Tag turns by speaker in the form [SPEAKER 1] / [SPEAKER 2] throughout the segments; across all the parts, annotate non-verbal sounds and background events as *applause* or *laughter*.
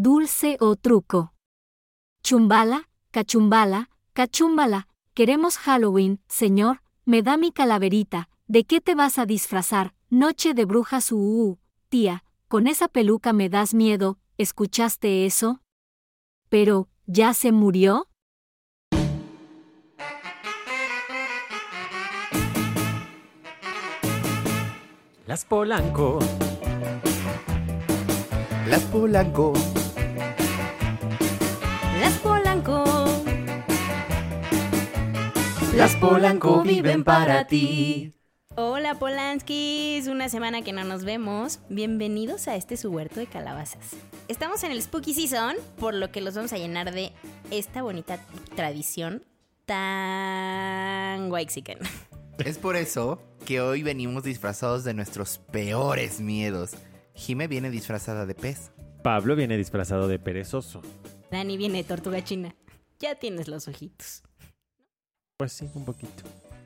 [SPEAKER 1] dulce o truco. Chumbala, cachumbala, cachumbala, queremos Halloween, señor, me da mi calaverita, ¿de qué te vas a disfrazar? Noche de brujas, uh, uh, tía, con esa peluca me das miedo, ¿escuchaste eso? Pero, ¿ya se murió?
[SPEAKER 2] Las Polanco,
[SPEAKER 3] Las Polanco,
[SPEAKER 4] Las Polanco.
[SPEAKER 3] Las Polanco viven para ti.
[SPEAKER 4] Hola Polanskis, una semana que no nos vemos. Bienvenidos a este su huerto de calabazas. Estamos en el Spooky Season, por lo que los vamos a llenar de esta bonita tradición tan guayxican.
[SPEAKER 3] Es por eso que hoy venimos disfrazados de nuestros peores miedos. Jime viene disfrazada de pez.
[SPEAKER 2] Pablo viene disfrazado de perezoso.
[SPEAKER 4] Dani viene de tortuga china. Ya tienes los ojitos.
[SPEAKER 2] Pues sí, un poquito.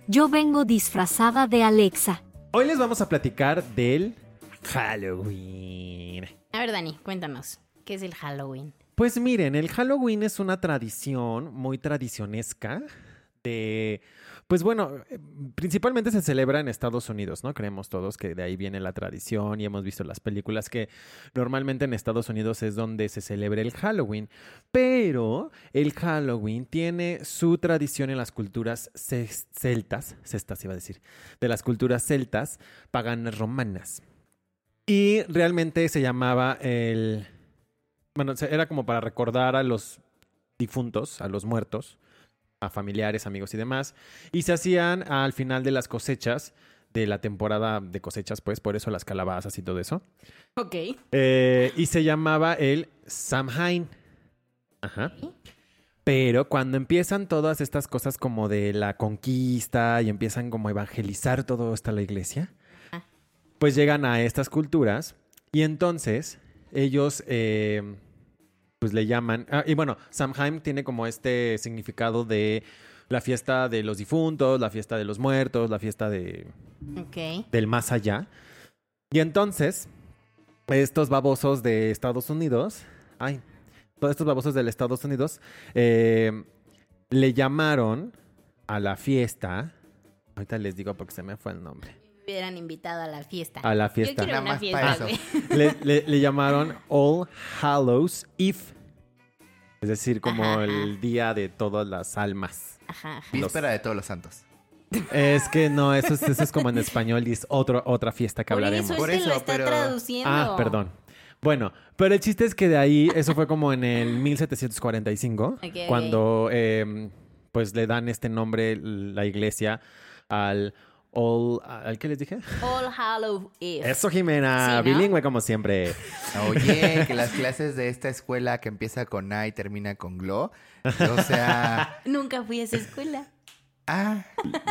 [SPEAKER 1] Yo vengo disfrazada de Alexa.
[SPEAKER 2] Hoy les vamos a platicar del Halloween.
[SPEAKER 4] A ver Dani, cuéntanos, ¿qué es el Halloween?
[SPEAKER 2] Pues miren, el Halloween es una tradición muy tradicionesca de... Pues bueno, eh, principalmente se celebra en Estados Unidos, ¿no? Creemos todos que de ahí viene la tradición y hemos visto las películas que normalmente en Estados Unidos es donde se celebra el Halloween. Pero el Halloween tiene su tradición en las culturas ces- celtas, cestas iba a decir, de las culturas celtas paganas romanas. Y realmente se llamaba el... Bueno, se- era como para recordar a los difuntos, a los muertos, a familiares, amigos y demás. Y se hacían al final de las cosechas, de la temporada de cosechas, pues, por eso las calabazas y todo eso.
[SPEAKER 4] Ok.
[SPEAKER 2] Eh, y se llamaba el Samhain. Ajá. Pero cuando empiezan todas estas cosas como de la conquista y empiezan como a evangelizar todo hasta la iglesia, pues llegan a estas culturas y entonces ellos eh, pues le llaman... ah, y bueno, Samhain tiene como este significado de la fiesta de los difuntos, la fiesta de los muertos, la fiesta de
[SPEAKER 4] Ok.
[SPEAKER 2] del más allá. Y entonces, estos babosos de Estados Unidos, ay, todos estos babosos del Estados Unidos, eh, le llamaron a la fiesta. Ahorita les digo porque se me fue el nombre.
[SPEAKER 4] Hubieran invitado a la fiesta.
[SPEAKER 2] A la
[SPEAKER 4] Yo
[SPEAKER 2] fiesta.
[SPEAKER 3] Nada
[SPEAKER 4] quiero una
[SPEAKER 3] más
[SPEAKER 4] fiesta,
[SPEAKER 3] para eso.
[SPEAKER 4] güey.
[SPEAKER 2] Le, le- le llamaron All Hallows Eve. Es decir, como
[SPEAKER 4] Ajá, ajá.
[SPEAKER 2] el día de todas las almas.
[SPEAKER 4] Ajá, ajá.
[SPEAKER 3] Víspera de todos los santos.
[SPEAKER 2] Es que no, eso es, eso es como en español y es otro, otra fiesta que
[SPEAKER 4] Por
[SPEAKER 2] hablaremos.
[SPEAKER 4] eso es
[SPEAKER 3] Por
[SPEAKER 4] que
[SPEAKER 3] eso,
[SPEAKER 4] lo está
[SPEAKER 3] pero-
[SPEAKER 4] traduciendo.
[SPEAKER 2] Ah, perdón. Bueno, pero el chiste es que de ahí, eso fue como en el 1745,
[SPEAKER 4] Ok, ok.
[SPEAKER 2] cuando eh, pues le dan este nombre la iglesia al All... ¿Al qué les dije?
[SPEAKER 4] All Hallow Eve.
[SPEAKER 2] Eso, Jimena,
[SPEAKER 4] Sí, ¿no?
[SPEAKER 2] bilingüe como siempre.
[SPEAKER 3] Oye, que las clases de esta escuela que empieza con A y termina con GLO. O sea.
[SPEAKER 4] Nunca fui a esa escuela.
[SPEAKER 3] Ah.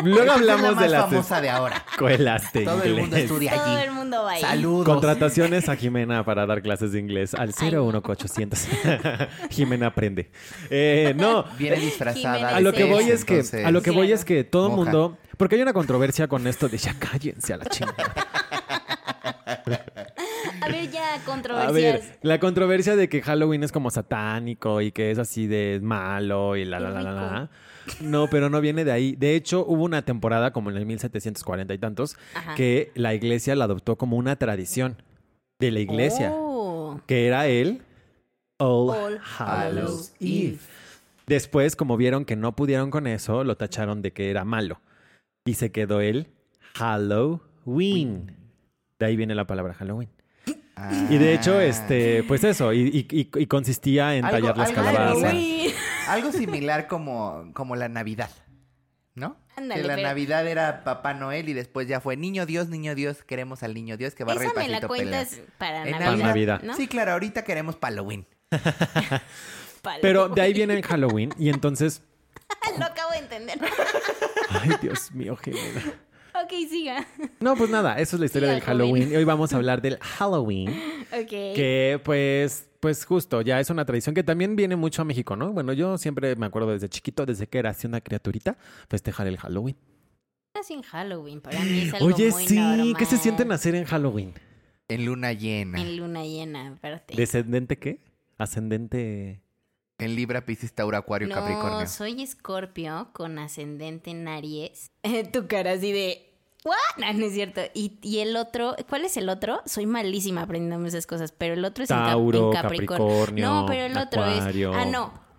[SPEAKER 2] Luego
[SPEAKER 3] esta es
[SPEAKER 2] hablamos
[SPEAKER 3] la
[SPEAKER 2] de
[SPEAKER 3] más
[SPEAKER 2] las
[SPEAKER 3] famosa de ahora.
[SPEAKER 2] escuelas de
[SPEAKER 3] Todo el mundo
[SPEAKER 2] inglés.
[SPEAKER 3] estudia
[SPEAKER 4] Todo
[SPEAKER 3] allí.
[SPEAKER 4] el mundo va ahí.
[SPEAKER 3] Saludos.
[SPEAKER 2] Contrataciones a Jimena para dar clases de inglés al 01800. *laughs* Jimena aprende. Eh, no,
[SPEAKER 3] Viene disfrazada.
[SPEAKER 4] Jimena
[SPEAKER 3] de
[SPEAKER 2] a lo que
[SPEAKER 3] pez,
[SPEAKER 2] voy es que
[SPEAKER 3] entonces-
[SPEAKER 2] a lo que voy
[SPEAKER 4] Claro.
[SPEAKER 2] es que todo el
[SPEAKER 3] Moja.
[SPEAKER 2] mundo porque hay una controversia con esto de ya cállense a la chingada.
[SPEAKER 4] A ver, ya,
[SPEAKER 2] A
[SPEAKER 4] controversias.
[SPEAKER 2] ver, la controversia de que Halloween es como satánico y que es así de malo y la
[SPEAKER 4] Qué
[SPEAKER 2] la la la
[SPEAKER 4] rico.
[SPEAKER 2] la. No, pero no viene de ahí. De hecho, hubo una temporada como en el 1740 y tantos
[SPEAKER 4] Ajá.
[SPEAKER 2] que la iglesia la adoptó como una tradición de la iglesia,
[SPEAKER 4] Oh.
[SPEAKER 2] que era el All,
[SPEAKER 4] All
[SPEAKER 2] Hallows
[SPEAKER 4] Hallows
[SPEAKER 2] Eve.
[SPEAKER 4] Eve.
[SPEAKER 2] Después, como vieron que no pudieron con eso, lo tacharon de que era malo. Y se quedó el Halloween. De ahí viene la palabra Halloween.
[SPEAKER 3] Ah.
[SPEAKER 2] Y de hecho, este, pues eso, y, y- y- y consistía en
[SPEAKER 3] Algo-
[SPEAKER 2] tallar las
[SPEAKER 3] algo
[SPEAKER 2] calabazas.
[SPEAKER 3] similar. Algo similar como, como la Navidad, ¿no?
[SPEAKER 4] Ándale,
[SPEAKER 3] que la
[SPEAKER 4] pero-
[SPEAKER 3] Navidad era Papá Noel y después ya fue Niño Dios, Niño Dios, queremos al Niño Dios que barre el
[SPEAKER 4] Esa me la
[SPEAKER 3] pasito pelea.
[SPEAKER 4] cuentas para
[SPEAKER 3] En
[SPEAKER 4] Navidad.
[SPEAKER 2] Navidad.
[SPEAKER 4] ¿no?
[SPEAKER 3] Sí, claro, ahorita queremos Halloween.
[SPEAKER 4] Palo.
[SPEAKER 2] Pero de ahí
[SPEAKER 4] *laughs*
[SPEAKER 2] viene el Halloween. Y entonces,
[SPEAKER 4] Lo acabo de entender. *laughs*
[SPEAKER 2] ay, Dios mío, Jimena.
[SPEAKER 4] ok, siga.
[SPEAKER 2] No, pues nada, eso es la historia
[SPEAKER 4] Sí,
[SPEAKER 2] del
[SPEAKER 4] Halloween.
[SPEAKER 2] Halloween. Y hoy vamos a hablar del Halloween.
[SPEAKER 4] Ok.
[SPEAKER 2] Que pues, pues justo, ya es una tradición que también viene mucho a México, ¿no? Bueno, yo siempre me acuerdo desde chiquito, desde que era así una criaturita, festejar el Halloween.
[SPEAKER 4] Estás en Halloween. Para mí es algo
[SPEAKER 2] Oye,
[SPEAKER 4] muy
[SPEAKER 2] sí,
[SPEAKER 4] normal.
[SPEAKER 2] ¿qué se sienten hacer en Halloween?
[SPEAKER 3] En luna llena.
[SPEAKER 4] En luna llena, espérate.
[SPEAKER 2] ¿Descendente qué? Ascendente.
[SPEAKER 3] En Libra, Piscis, Tauro, Acuario,
[SPEAKER 4] no,
[SPEAKER 3] Capricornio.
[SPEAKER 4] soy Escorpio con ascendente en Aries. *laughs* tu cara así de. ¿What? *laughs* Ah, No, no es cierto. Y, y el otro, ¿cuál es el otro? Soy malísima aprendiéndome esas cosas, pero el otro es en Cap-
[SPEAKER 2] Tauro,
[SPEAKER 4] en Capricornio.
[SPEAKER 2] Capricornio.
[SPEAKER 4] No, pero el otro
[SPEAKER 2] Acuario.
[SPEAKER 4] es. Ah, no.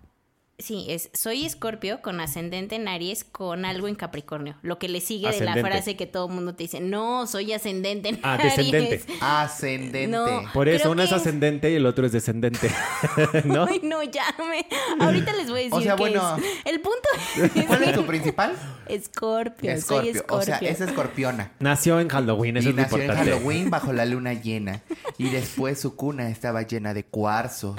[SPEAKER 4] Sí, es soy Escorpio con ascendente en Aries con algo en Capricornio. Lo que le sigue de
[SPEAKER 2] Ascendente.
[SPEAKER 4] la frase que todo el mundo te dice, no, soy ascendente en
[SPEAKER 2] Ah,
[SPEAKER 4] Aries.
[SPEAKER 2] descendente.
[SPEAKER 3] Ascendente.
[SPEAKER 4] No.
[SPEAKER 2] Por eso
[SPEAKER 4] Ah, Creo
[SPEAKER 2] uno es
[SPEAKER 4] que-
[SPEAKER 2] ascendente y el otro es
[SPEAKER 4] *laughs*
[SPEAKER 2] descendente. ¿No?
[SPEAKER 4] Ay, no, ya me. Ahorita les voy a decir
[SPEAKER 3] O sea,
[SPEAKER 4] qué
[SPEAKER 3] bueno.
[SPEAKER 4] es. El punto *laughs* es
[SPEAKER 3] ¿Cuál es tu
[SPEAKER 4] *laughs*
[SPEAKER 3] principal?
[SPEAKER 4] Escorpio, soy
[SPEAKER 3] Escorpio.
[SPEAKER 4] Escorpio.
[SPEAKER 3] O sea, es escorpiona.
[SPEAKER 2] Nació en Halloween, eso
[SPEAKER 3] y
[SPEAKER 2] es lo
[SPEAKER 3] nació en
[SPEAKER 2] importante.
[SPEAKER 3] Halloween bajo la luna llena. Y después su cuna estaba llena de cuarzos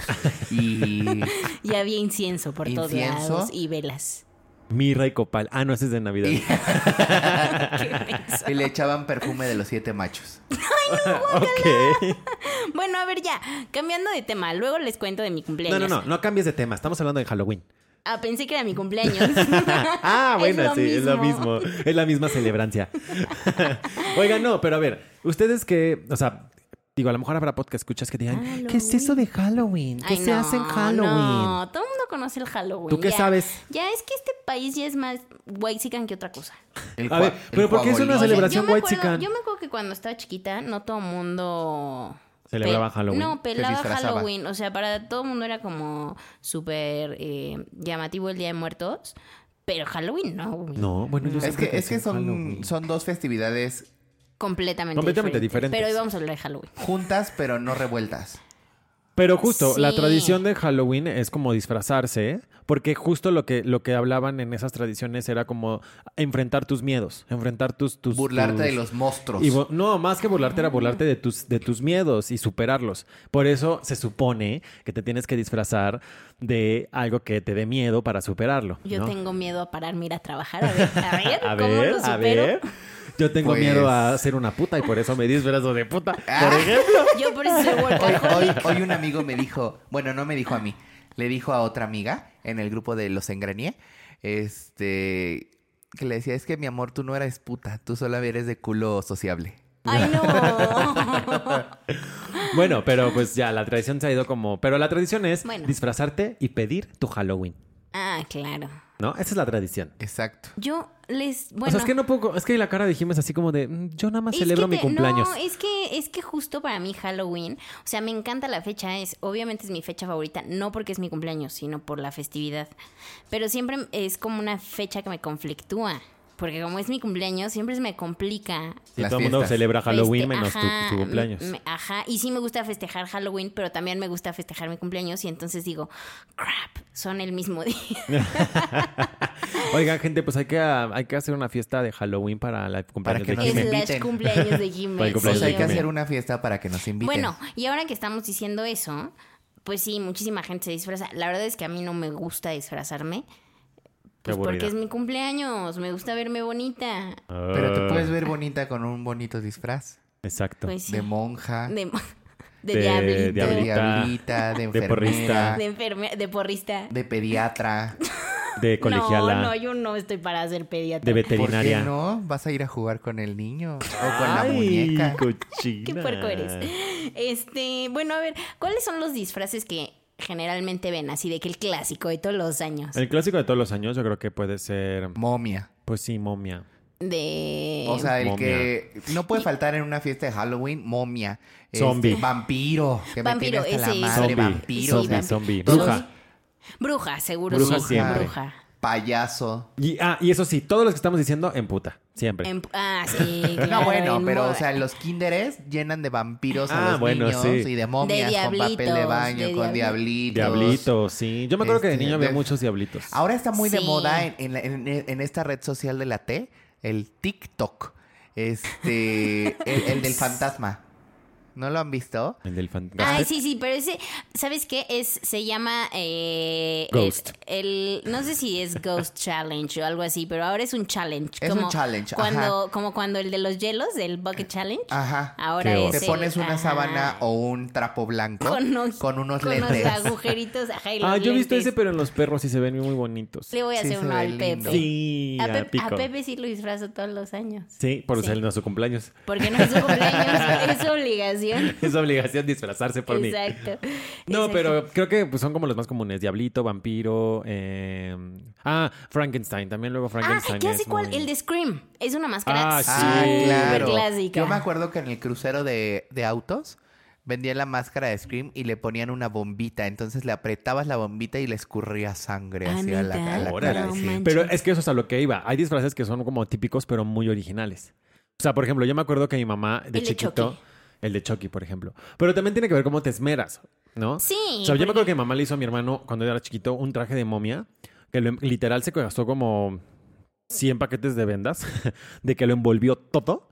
[SPEAKER 3] y
[SPEAKER 4] Y había incienso por todos
[SPEAKER 3] Incienso.
[SPEAKER 4] lados y velas.
[SPEAKER 2] Mirra y copal. Ah, no, ese es de Navidad. *laughs*
[SPEAKER 3] Y- y le echaban perfume de los siete machos.
[SPEAKER 2] ok.
[SPEAKER 4] Bueno, a ver ya, cambiando de tema, luego les cuento de mi
[SPEAKER 2] No,
[SPEAKER 4] cumpleaños.
[SPEAKER 2] no, no, no cambies de tema. Estamos hablando de Halloween.
[SPEAKER 4] Ah, pensé que era mi cumpleaños.
[SPEAKER 2] *laughs*
[SPEAKER 4] *laughs*
[SPEAKER 2] ah,
[SPEAKER 4] Es
[SPEAKER 2] bueno,
[SPEAKER 4] lo
[SPEAKER 2] sí, es lo mismo. Es la misma celebrancia. *laughs* Oigan, no, pero a ver, ustedes que, o sea, digo, a lo mejor habrá podcast que escuchas que digan, ¿qué es eso de Halloween? ¿Qué
[SPEAKER 4] Ay,
[SPEAKER 2] se hace en
[SPEAKER 4] no,
[SPEAKER 2] Halloween?
[SPEAKER 4] No, todo el mundo conoce el Halloween.
[SPEAKER 2] ¿Tú qué
[SPEAKER 4] ya.
[SPEAKER 2] sabes?
[SPEAKER 4] Ya es que este país ya es más whitezican que otra cosa.
[SPEAKER 3] El
[SPEAKER 2] A ver,
[SPEAKER 3] cua- el
[SPEAKER 2] pero ¿por qué es una
[SPEAKER 3] cuagolín.
[SPEAKER 4] O sea,
[SPEAKER 2] celebración
[SPEAKER 4] yo me acuerdo-
[SPEAKER 2] whitezican?
[SPEAKER 4] Yo me acuerdo que cuando estaba chiquita, no todo mundo.
[SPEAKER 2] ¿Celebraba
[SPEAKER 4] pe-
[SPEAKER 2] Halloween?
[SPEAKER 4] No, pelaba
[SPEAKER 3] disfrazaba.
[SPEAKER 4] Halloween. O sea, para todo el mundo era como súper eh, llamativo el Día de Muertos. Pero Halloween no. güey.
[SPEAKER 2] No, bueno, yo
[SPEAKER 3] Es
[SPEAKER 2] siempre
[SPEAKER 3] que, es que
[SPEAKER 2] pensé en Halloween.
[SPEAKER 3] son, son dos festividades
[SPEAKER 4] Completamente,
[SPEAKER 2] Completamente diferentes.
[SPEAKER 4] Pero hoy vamos a hablar de Halloween.
[SPEAKER 3] juntas pero no revueltas.
[SPEAKER 2] Pero justo, la
[SPEAKER 4] Sí.
[SPEAKER 2] tradición de Halloween es como disfrazarse, porque justo lo que, lo que hablaban en esas tradiciones era como enfrentar tus miedos, enfrentar tus... tus
[SPEAKER 3] Burlarte
[SPEAKER 2] tus-
[SPEAKER 3] de los monstruos.
[SPEAKER 2] y bu- no, más que burlarte era burlarte de tus, de tus miedos y superarlos. Por eso se supone que te tienes que disfrazar de algo que te dé miedo para superarlo. *laughs*
[SPEAKER 4] Yo
[SPEAKER 2] ¿no?
[SPEAKER 4] tengo miedo a pararme, ir a trabajar. A ver, a ver,
[SPEAKER 2] *laughs* A
[SPEAKER 4] ¿cómo
[SPEAKER 2] ver,
[SPEAKER 4] lo
[SPEAKER 2] a
[SPEAKER 4] supero?
[SPEAKER 2] ver. Yo tengo
[SPEAKER 3] Pues-
[SPEAKER 2] miedo a ser una puta y por eso me disfrazo de puta.
[SPEAKER 3] *laughs*
[SPEAKER 2] Por ejemplo.
[SPEAKER 4] Yo por eso soy
[SPEAKER 3] Hoy,
[SPEAKER 4] workaholic.
[SPEAKER 3] hoy- hoy un amigo me dijo, bueno, no me dijo a mí, le dijo a otra amiga en el grupo de los engranié, este, que le decía, es que mi amor, tú no eres puta, tú solo eres de culo sociable.
[SPEAKER 4] Ay,
[SPEAKER 2] *laughs*
[SPEAKER 4] no.
[SPEAKER 2] Bueno, pero pues ya, la tradición se ha ido como. Pero la tradición es
[SPEAKER 4] Bueno.
[SPEAKER 2] disfrazarte y pedir tu Halloween,
[SPEAKER 4] Ah, claro.
[SPEAKER 2] ¿no? Esa es la tradición.
[SPEAKER 3] Exacto.
[SPEAKER 4] Yo les. Bueno,
[SPEAKER 2] o sea, es que no puedo. Es que la cara de Jim es así como de. "Mm, Yo nada más
[SPEAKER 4] Es
[SPEAKER 2] celebro
[SPEAKER 4] que
[SPEAKER 2] mi
[SPEAKER 4] te-
[SPEAKER 2] cumpleaños.
[SPEAKER 4] No, es que, es que justo para mí Halloween, o sea, me encanta la fecha, es obviamente es mi fecha favorita, no porque es mi cumpleaños, sino por la festividad. Pero siempre es como una fecha que me conflictúa, porque como es mi cumpleaños, siempre se me complica.
[SPEAKER 2] Sí,
[SPEAKER 3] Las
[SPEAKER 2] todo el mundo
[SPEAKER 3] fiestas.
[SPEAKER 2] celebra Halloween
[SPEAKER 4] feste-
[SPEAKER 2] menos tu-
[SPEAKER 4] ajá,
[SPEAKER 2] tu, cumpleaños.
[SPEAKER 4] me- ajá, y sí me gusta festejar Halloween, pero también me gusta festejar mi cumpleaños y entonces digo, crap, son el mismo día.
[SPEAKER 2] Oigan, gente, pues hay que, ah, hay que hacer una fiesta de Halloween para la cumpleaños
[SPEAKER 3] que
[SPEAKER 2] de
[SPEAKER 3] nos
[SPEAKER 2] Jimé.
[SPEAKER 3] inviten.
[SPEAKER 4] Slash cumpleaños
[SPEAKER 2] *laughs*
[SPEAKER 4] de Jimmy.
[SPEAKER 2] Para el
[SPEAKER 3] O
[SPEAKER 2] cumpleaños
[SPEAKER 3] sea, hay
[SPEAKER 2] Sí,
[SPEAKER 3] que
[SPEAKER 2] también.
[SPEAKER 3] hacer una fiesta para que nos inviten.
[SPEAKER 4] Bueno, y ahora que estamos diciendo eso, pues sí, muchísima gente se disfraza. La verdad es que a mí no me gusta disfrazarme.
[SPEAKER 2] Qué
[SPEAKER 4] Pues porque
[SPEAKER 2] aburrida.
[SPEAKER 4] es mi cumpleaños, me gusta verme bonita.
[SPEAKER 2] Ah,
[SPEAKER 3] Pero te puedes ver bonita con un bonito disfraz.
[SPEAKER 2] Exacto.
[SPEAKER 4] Pues sí.
[SPEAKER 3] De monja, de,
[SPEAKER 4] *laughs*
[SPEAKER 2] *laughs*
[SPEAKER 4] De, mo- de
[SPEAKER 2] De
[SPEAKER 4] diablito,
[SPEAKER 2] diablito.
[SPEAKER 4] de,
[SPEAKER 3] diablita, de
[SPEAKER 2] De porrista.
[SPEAKER 3] enfermera, de,
[SPEAKER 4] enferme- de porrista.
[SPEAKER 3] pediatra.
[SPEAKER 2] De colegiala.
[SPEAKER 4] No, no, yo no estoy para ser pediatra.
[SPEAKER 2] de
[SPEAKER 3] ¿Por qué
[SPEAKER 2] veterinaria.
[SPEAKER 3] no? ¿Vas a ir a jugar con el niño? ¿O con la
[SPEAKER 2] Ay,
[SPEAKER 3] muñeca?
[SPEAKER 2] cochina.
[SPEAKER 4] Qué puerco eres. Este, bueno, a ver, ¿cuáles son los disfraces que generalmente ven así de que el clásico de todos los años?
[SPEAKER 2] El clásico de todos los años, yo creo que puede ser.
[SPEAKER 3] Momia.
[SPEAKER 2] Pues sí, momia.
[SPEAKER 4] De
[SPEAKER 3] O sea, el
[SPEAKER 2] momia.
[SPEAKER 3] que no puede faltar en una fiesta de Halloween, momia. Este,
[SPEAKER 2] Zombie.
[SPEAKER 3] vampiro. Que me
[SPEAKER 4] Vampiro,
[SPEAKER 3] tiene hasta
[SPEAKER 4] ese
[SPEAKER 3] la
[SPEAKER 4] es.
[SPEAKER 3] madre,
[SPEAKER 2] Zombie,
[SPEAKER 3] vampiro.
[SPEAKER 2] zombie,
[SPEAKER 3] vamp-
[SPEAKER 2] zombie.
[SPEAKER 3] Todos-
[SPEAKER 2] Bruja.
[SPEAKER 4] bruja, seguro
[SPEAKER 2] Bruja
[SPEAKER 4] sí.
[SPEAKER 2] siempre.
[SPEAKER 4] Bruja.
[SPEAKER 3] Payaso.
[SPEAKER 2] Y, ah, y eso sí, todos los que estamos diciendo en puta, siempre.
[SPEAKER 4] En- ah, sí.
[SPEAKER 3] *laughs* No,
[SPEAKER 4] claro,
[SPEAKER 3] bueno,
[SPEAKER 4] en
[SPEAKER 3] pero
[SPEAKER 4] moda.
[SPEAKER 3] o sea, los kinderes llenan de vampiros
[SPEAKER 2] Ah,
[SPEAKER 3] a los
[SPEAKER 2] bueno,
[SPEAKER 3] niños
[SPEAKER 2] sí.
[SPEAKER 3] y de momias
[SPEAKER 4] De
[SPEAKER 3] con papel de
[SPEAKER 4] diablitos,
[SPEAKER 3] baño,
[SPEAKER 4] de
[SPEAKER 3] con
[SPEAKER 4] diablitos.
[SPEAKER 3] diablitos.
[SPEAKER 2] Diablitos, sí. Yo me acuerdo que de
[SPEAKER 3] Este,
[SPEAKER 2] niño había
[SPEAKER 3] de-
[SPEAKER 2] muchos diablitos.
[SPEAKER 3] Ahora está muy de
[SPEAKER 4] Sí.
[SPEAKER 3] moda en, en la- en- en esta red social de la T, el TikTok.
[SPEAKER 4] *laughs*
[SPEAKER 3] Este, el, el del fantasma. ¿No lo han visto?
[SPEAKER 2] El del fan-
[SPEAKER 4] Ay, sí, sí, pero ese, ¿sabes qué? Es, se llama eh,
[SPEAKER 2] Ghost.
[SPEAKER 4] El, el- no sé si es Ghost Challenge o algo así, pero ahora es un challenge.
[SPEAKER 3] Es un challenge,
[SPEAKER 4] Cuando, como cuando el de los hielos, el Bucket Challenge.
[SPEAKER 3] Ajá.
[SPEAKER 4] Ahora
[SPEAKER 2] Qué
[SPEAKER 4] es
[SPEAKER 3] Te
[SPEAKER 4] el-
[SPEAKER 3] pones una
[SPEAKER 4] Ah, ajá,
[SPEAKER 3] sábana o un trapo blanco
[SPEAKER 4] con,
[SPEAKER 3] con,
[SPEAKER 4] unos-
[SPEAKER 3] unos
[SPEAKER 4] con
[SPEAKER 3] lentes.
[SPEAKER 4] agujeritos. Ajá, y los
[SPEAKER 2] Ah, yo he visto
[SPEAKER 4] lentes.
[SPEAKER 2] ese, pero en los perros sí se ven muy bonitos.
[SPEAKER 4] Le voy a
[SPEAKER 3] Sí,
[SPEAKER 4] hacer
[SPEAKER 3] se
[SPEAKER 4] uno
[SPEAKER 3] ve
[SPEAKER 4] al Pepe.
[SPEAKER 3] lindo.
[SPEAKER 2] Sí,
[SPEAKER 4] A,
[SPEAKER 2] al
[SPEAKER 4] Pepe, a
[SPEAKER 2] pico.
[SPEAKER 4] Pepe sí lo disfrazo todos los años.
[SPEAKER 2] Sí, por
[SPEAKER 4] Sí.
[SPEAKER 2] ser nuestro cumpleaños. *laughs*
[SPEAKER 4] Porque no es su cumpleaños, es su obligación.
[SPEAKER 2] Es obligación disfrazarse por mí.
[SPEAKER 4] Exacto.
[SPEAKER 2] No,
[SPEAKER 4] Exacto.
[SPEAKER 2] pero creo que pues, son como los más comunes. Diablito, vampiro. eh, Ah, Frankenstein. También luego
[SPEAKER 4] Ah,
[SPEAKER 2] Frankenstein.
[SPEAKER 4] ya
[SPEAKER 2] es
[SPEAKER 4] sé cuál.
[SPEAKER 2] muy-
[SPEAKER 4] El de Scream. Es una máscara
[SPEAKER 2] Ah, sí.
[SPEAKER 3] Ah,
[SPEAKER 4] súper
[SPEAKER 3] claro.
[SPEAKER 4] clásica.
[SPEAKER 3] Yo me acuerdo que en el crucero de, de autos vendían la máscara de Scream y le ponían una bombita. Entonces le apretabas la bombita y le escurría sangre
[SPEAKER 4] Ah,
[SPEAKER 3] hacia la,
[SPEAKER 4] neta.
[SPEAKER 3] a la
[SPEAKER 2] Órale.
[SPEAKER 3] cara.
[SPEAKER 4] No
[SPEAKER 3] sí.
[SPEAKER 4] manches.
[SPEAKER 2] Pero es que eso es a lo que iba. Hay disfraces que son como típicos, pero muy originales. O sea, por ejemplo, yo me acuerdo que mi mamá de
[SPEAKER 4] El de
[SPEAKER 2] chiquito.
[SPEAKER 4] Chucky.
[SPEAKER 2] el de Chucky, por ejemplo. Pero también tiene que ver cómo te esmeras, ¿no?
[SPEAKER 4] Sí,
[SPEAKER 2] O sea, yo me acuerdo
[SPEAKER 4] porque-
[SPEAKER 2] que mi mamá le hizo a mi hermano, cuando era chiquito, un traje de momia que lo- em, literal se gastó como 100 paquetes de vendas, *laughs* de que lo envolvió todo.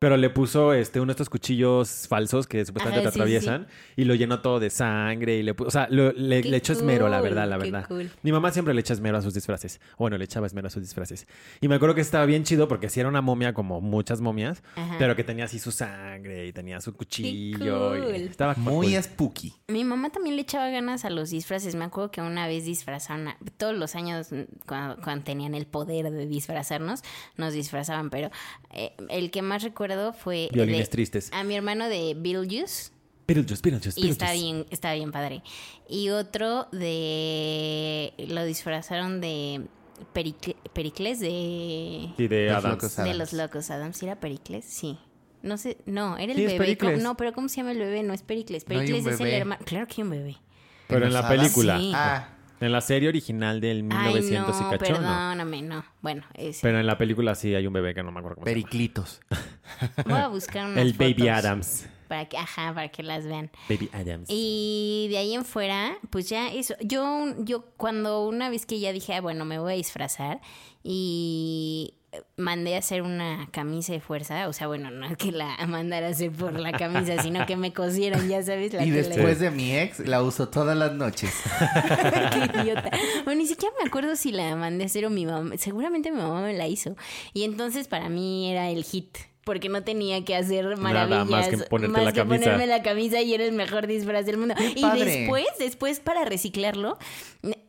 [SPEAKER 2] Pero le puso este, uno de estos cuchillos falsos que supuestamente
[SPEAKER 4] Ajá,
[SPEAKER 2] te
[SPEAKER 4] sí,
[SPEAKER 2] atraviesan y lo llenó todo de sangre y le puso, o sea, lo- le,
[SPEAKER 4] Qué
[SPEAKER 2] le echó esmero, la
[SPEAKER 4] cool,
[SPEAKER 2] verdad, la
[SPEAKER 4] qué
[SPEAKER 2] verdad.
[SPEAKER 4] cool.
[SPEAKER 2] Mi mamá siempre le echa esmero a sus disfraces. Bueno, le echaba esmero a sus disfraces. Y me acuerdo que estaba bien chido porque sí era una momia como muchas momias,
[SPEAKER 4] Ajá.
[SPEAKER 2] pero que tenía así su sangre y tenía su cuchillo. y
[SPEAKER 4] cool.
[SPEAKER 2] estaba
[SPEAKER 3] Muy
[SPEAKER 2] cool.
[SPEAKER 3] spooky.
[SPEAKER 4] Mi mamá también le echaba ganas a los disfraces. Me acuerdo que una vez disfrazaron, a- todos los años mm, cuando, cuando tenían el poder de disfrazarnos, nos disfrazaban, pero eh, el que más recuerdo fue el
[SPEAKER 2] Violines
[SPEAKER 4] de-
[SPEAKER 2] tristes.
[SPEAKER 4] a mi hermano de Beetlejuice
[SPEAKER 2] Beetlejuice, Beetlejuice,
[SPEAKER 4] y está
[SPEAKER 2] Pues Beetlejuice.
[SPEAKER 4] bien, está bien padre. Y otro de lo disfrazaron de Pericle- Pericles de
[SPEAKER 2] Y de
[SPEAKER 3] Los
[SPEAKER 2] Adams.
[SPEAKER 3] locos.
[SPEAKER 4] de
[SPEAKER 3] Adams.
[SPEAKER 4] los locos Adams. ¿Era Pericles? Sí. No sé, no, era el
[SPEAKER 2] Sí, es
[SPEAKER 4] bebé. ¿Cómo-
[SPEAKER 2] Pericles.
[SPEAKER 4] No, pero ¿cómo se llama el bebé? No es Pericles.
[SPEAKER 3] No hay un
[SPEAKER 4] Pericles es el
[SPEAKER 3] bebé.
[SPEAKER 4] hermano. Claro que hay un bebé.
[SPEAKER 2] Pero en la
[SPEAKER 3] Los Adams.
[SPEAKER 2] película.
[SPEAKER 4] Sí.
[SPEAKER 3] Ah,
[SPEAKER 2] En la serie original del 1900
[SPEAKER 4] Ay, no,
[SPEAKER 2] y cacho, no.
[SPEAKER 4] perdóname, no. Bueno, es-
[SPEAKER 2] Pero en la película sí hay un bebé que no me acuerdo cómo
[SPEAKER 3] periclitos.
[SPEAKER 4] voy a buscar
[SPEAKER 2] se
[SPEAKER 4] unas
[SPEAKER 2] llama. El Baby
[SPEAKER 4] fotos
[SPEAKER 2] Adams.
[SPEAKER 4] Para que, ajá, para que las vean.
[SPEAKER 2] Baby Adams.
[SPEAKER 4] Y de ahí en fuera, pues ya eso. Yo, un- yo cuando una vez que ya dije, "Ah, bueno, me voy a disfrazar y eh, mandé a hacer una camisa de fuerza, o sea, bueno, no es que la *laughs* mandara a hacer por la camisa, sino que me cosieron, ya sabes, la
[SPEAKER 3] Y
[SPEAKER 4] que le-
[SPEAKER 3] después de mi ex, la uso todas las noches.
[SPEAKER 4] *laughs* Qué idiota. Bueno, ni siquiera me acuerdo si la mandé a hacer o mi mamá. Seguramente mi mamá me la hizo. Y entonces para mí era el hit. Porque no tenía que hacer maravillas.
[SPEAKER 2] más que ponerte
[SPEAKER 4] más
[SPEAKER 2] la
[SPEAKER 4] que
[SPEAKER 2] camisa.
[SPEAKER 4] ponerme la camisa y era el mejor disfraz del mundo. Y
[SPEAKER 3] padre!
[SPEAKER 4] después, después para reciclarlo,